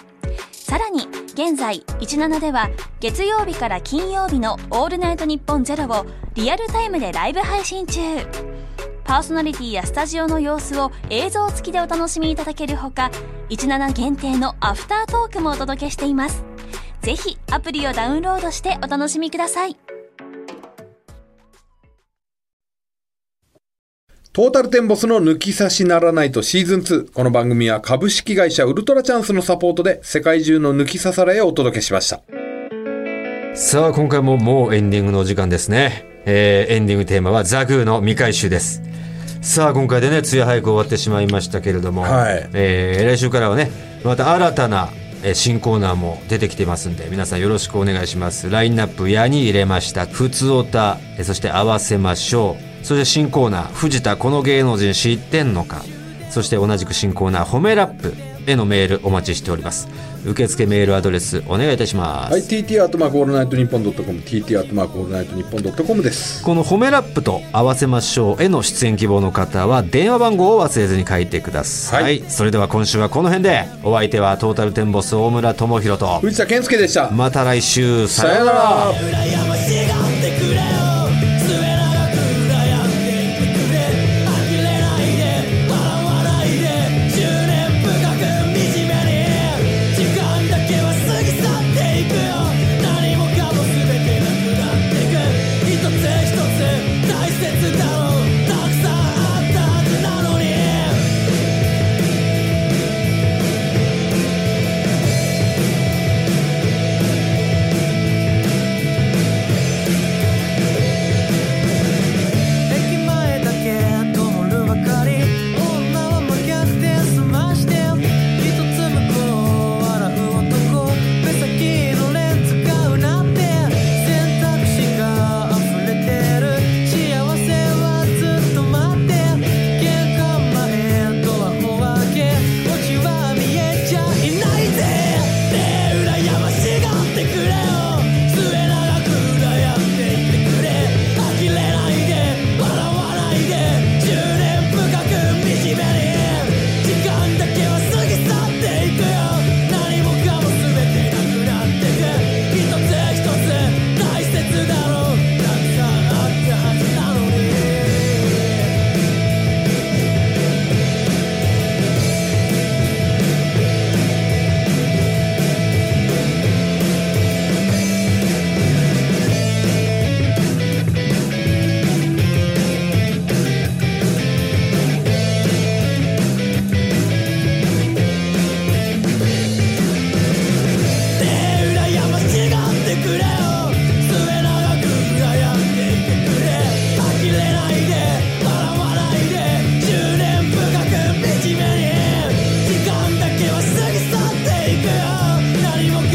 Speaker 1: さらに現在17では月曜日から金曜日の「オールナイトニッポンゼロをリアルタイムでライブ配信中パーソナリティやスタジオの様子を映像付きでお楽しみいただけるほか17限定のアフタートークもお届けしていますぜひアプリをダウンロードしてお楽しみください
Speaker 3: トータルテンボスの抜き差しならないとシーズン2。この番組は株式会社ウルトラチャンスのサポートで世界中の抜き差されへお届けしました。
Speaker 2: さあ、今回ももうエンディングのお時間ですね。えーエンディングテーマはザグーの未回収です。さあ、今回でね、梅雨早く終わってしまいましたけれども、
Speaker 3: はい
Speaker 2: えー来週からはね、また新たなえー新コーナーも出てきてますんで、皆さんよろしくお願いします。ラインナップ、矢に入れました、普通おた、えーそして合わせましょう。そして新コーナー、藤田、この芸能人知ってんのか。そして同じく新コーナー、褒めラップへのメールお待ちしております。受付メールアドレス、お願いいたします。
Speaker 3: はい、TT アートマークオールナイトニッポンドットコム、TT アートマークオールナイトニッポンドットコムです。
Speaker 2: この「褒めラップ」と合わせましょうへの出演希望の方は電話番号を忘れずに書いてください、
Speaker 3: はい
Speaker 2: それでは今週はこの辺でお相手はトータルテンボス大村智広と
Speaker 3: 藤田健介でした。
Speaker 2: また来週さ
Speaker 3: さ
Speaker 2: よ
Speaker 3: よ
Speaker 2: う
Speaker 3: う
Speaker 2: な
Speaker 3: な
Speaker 2: ら
Speaker 3: ら。
Speaker 7: 「も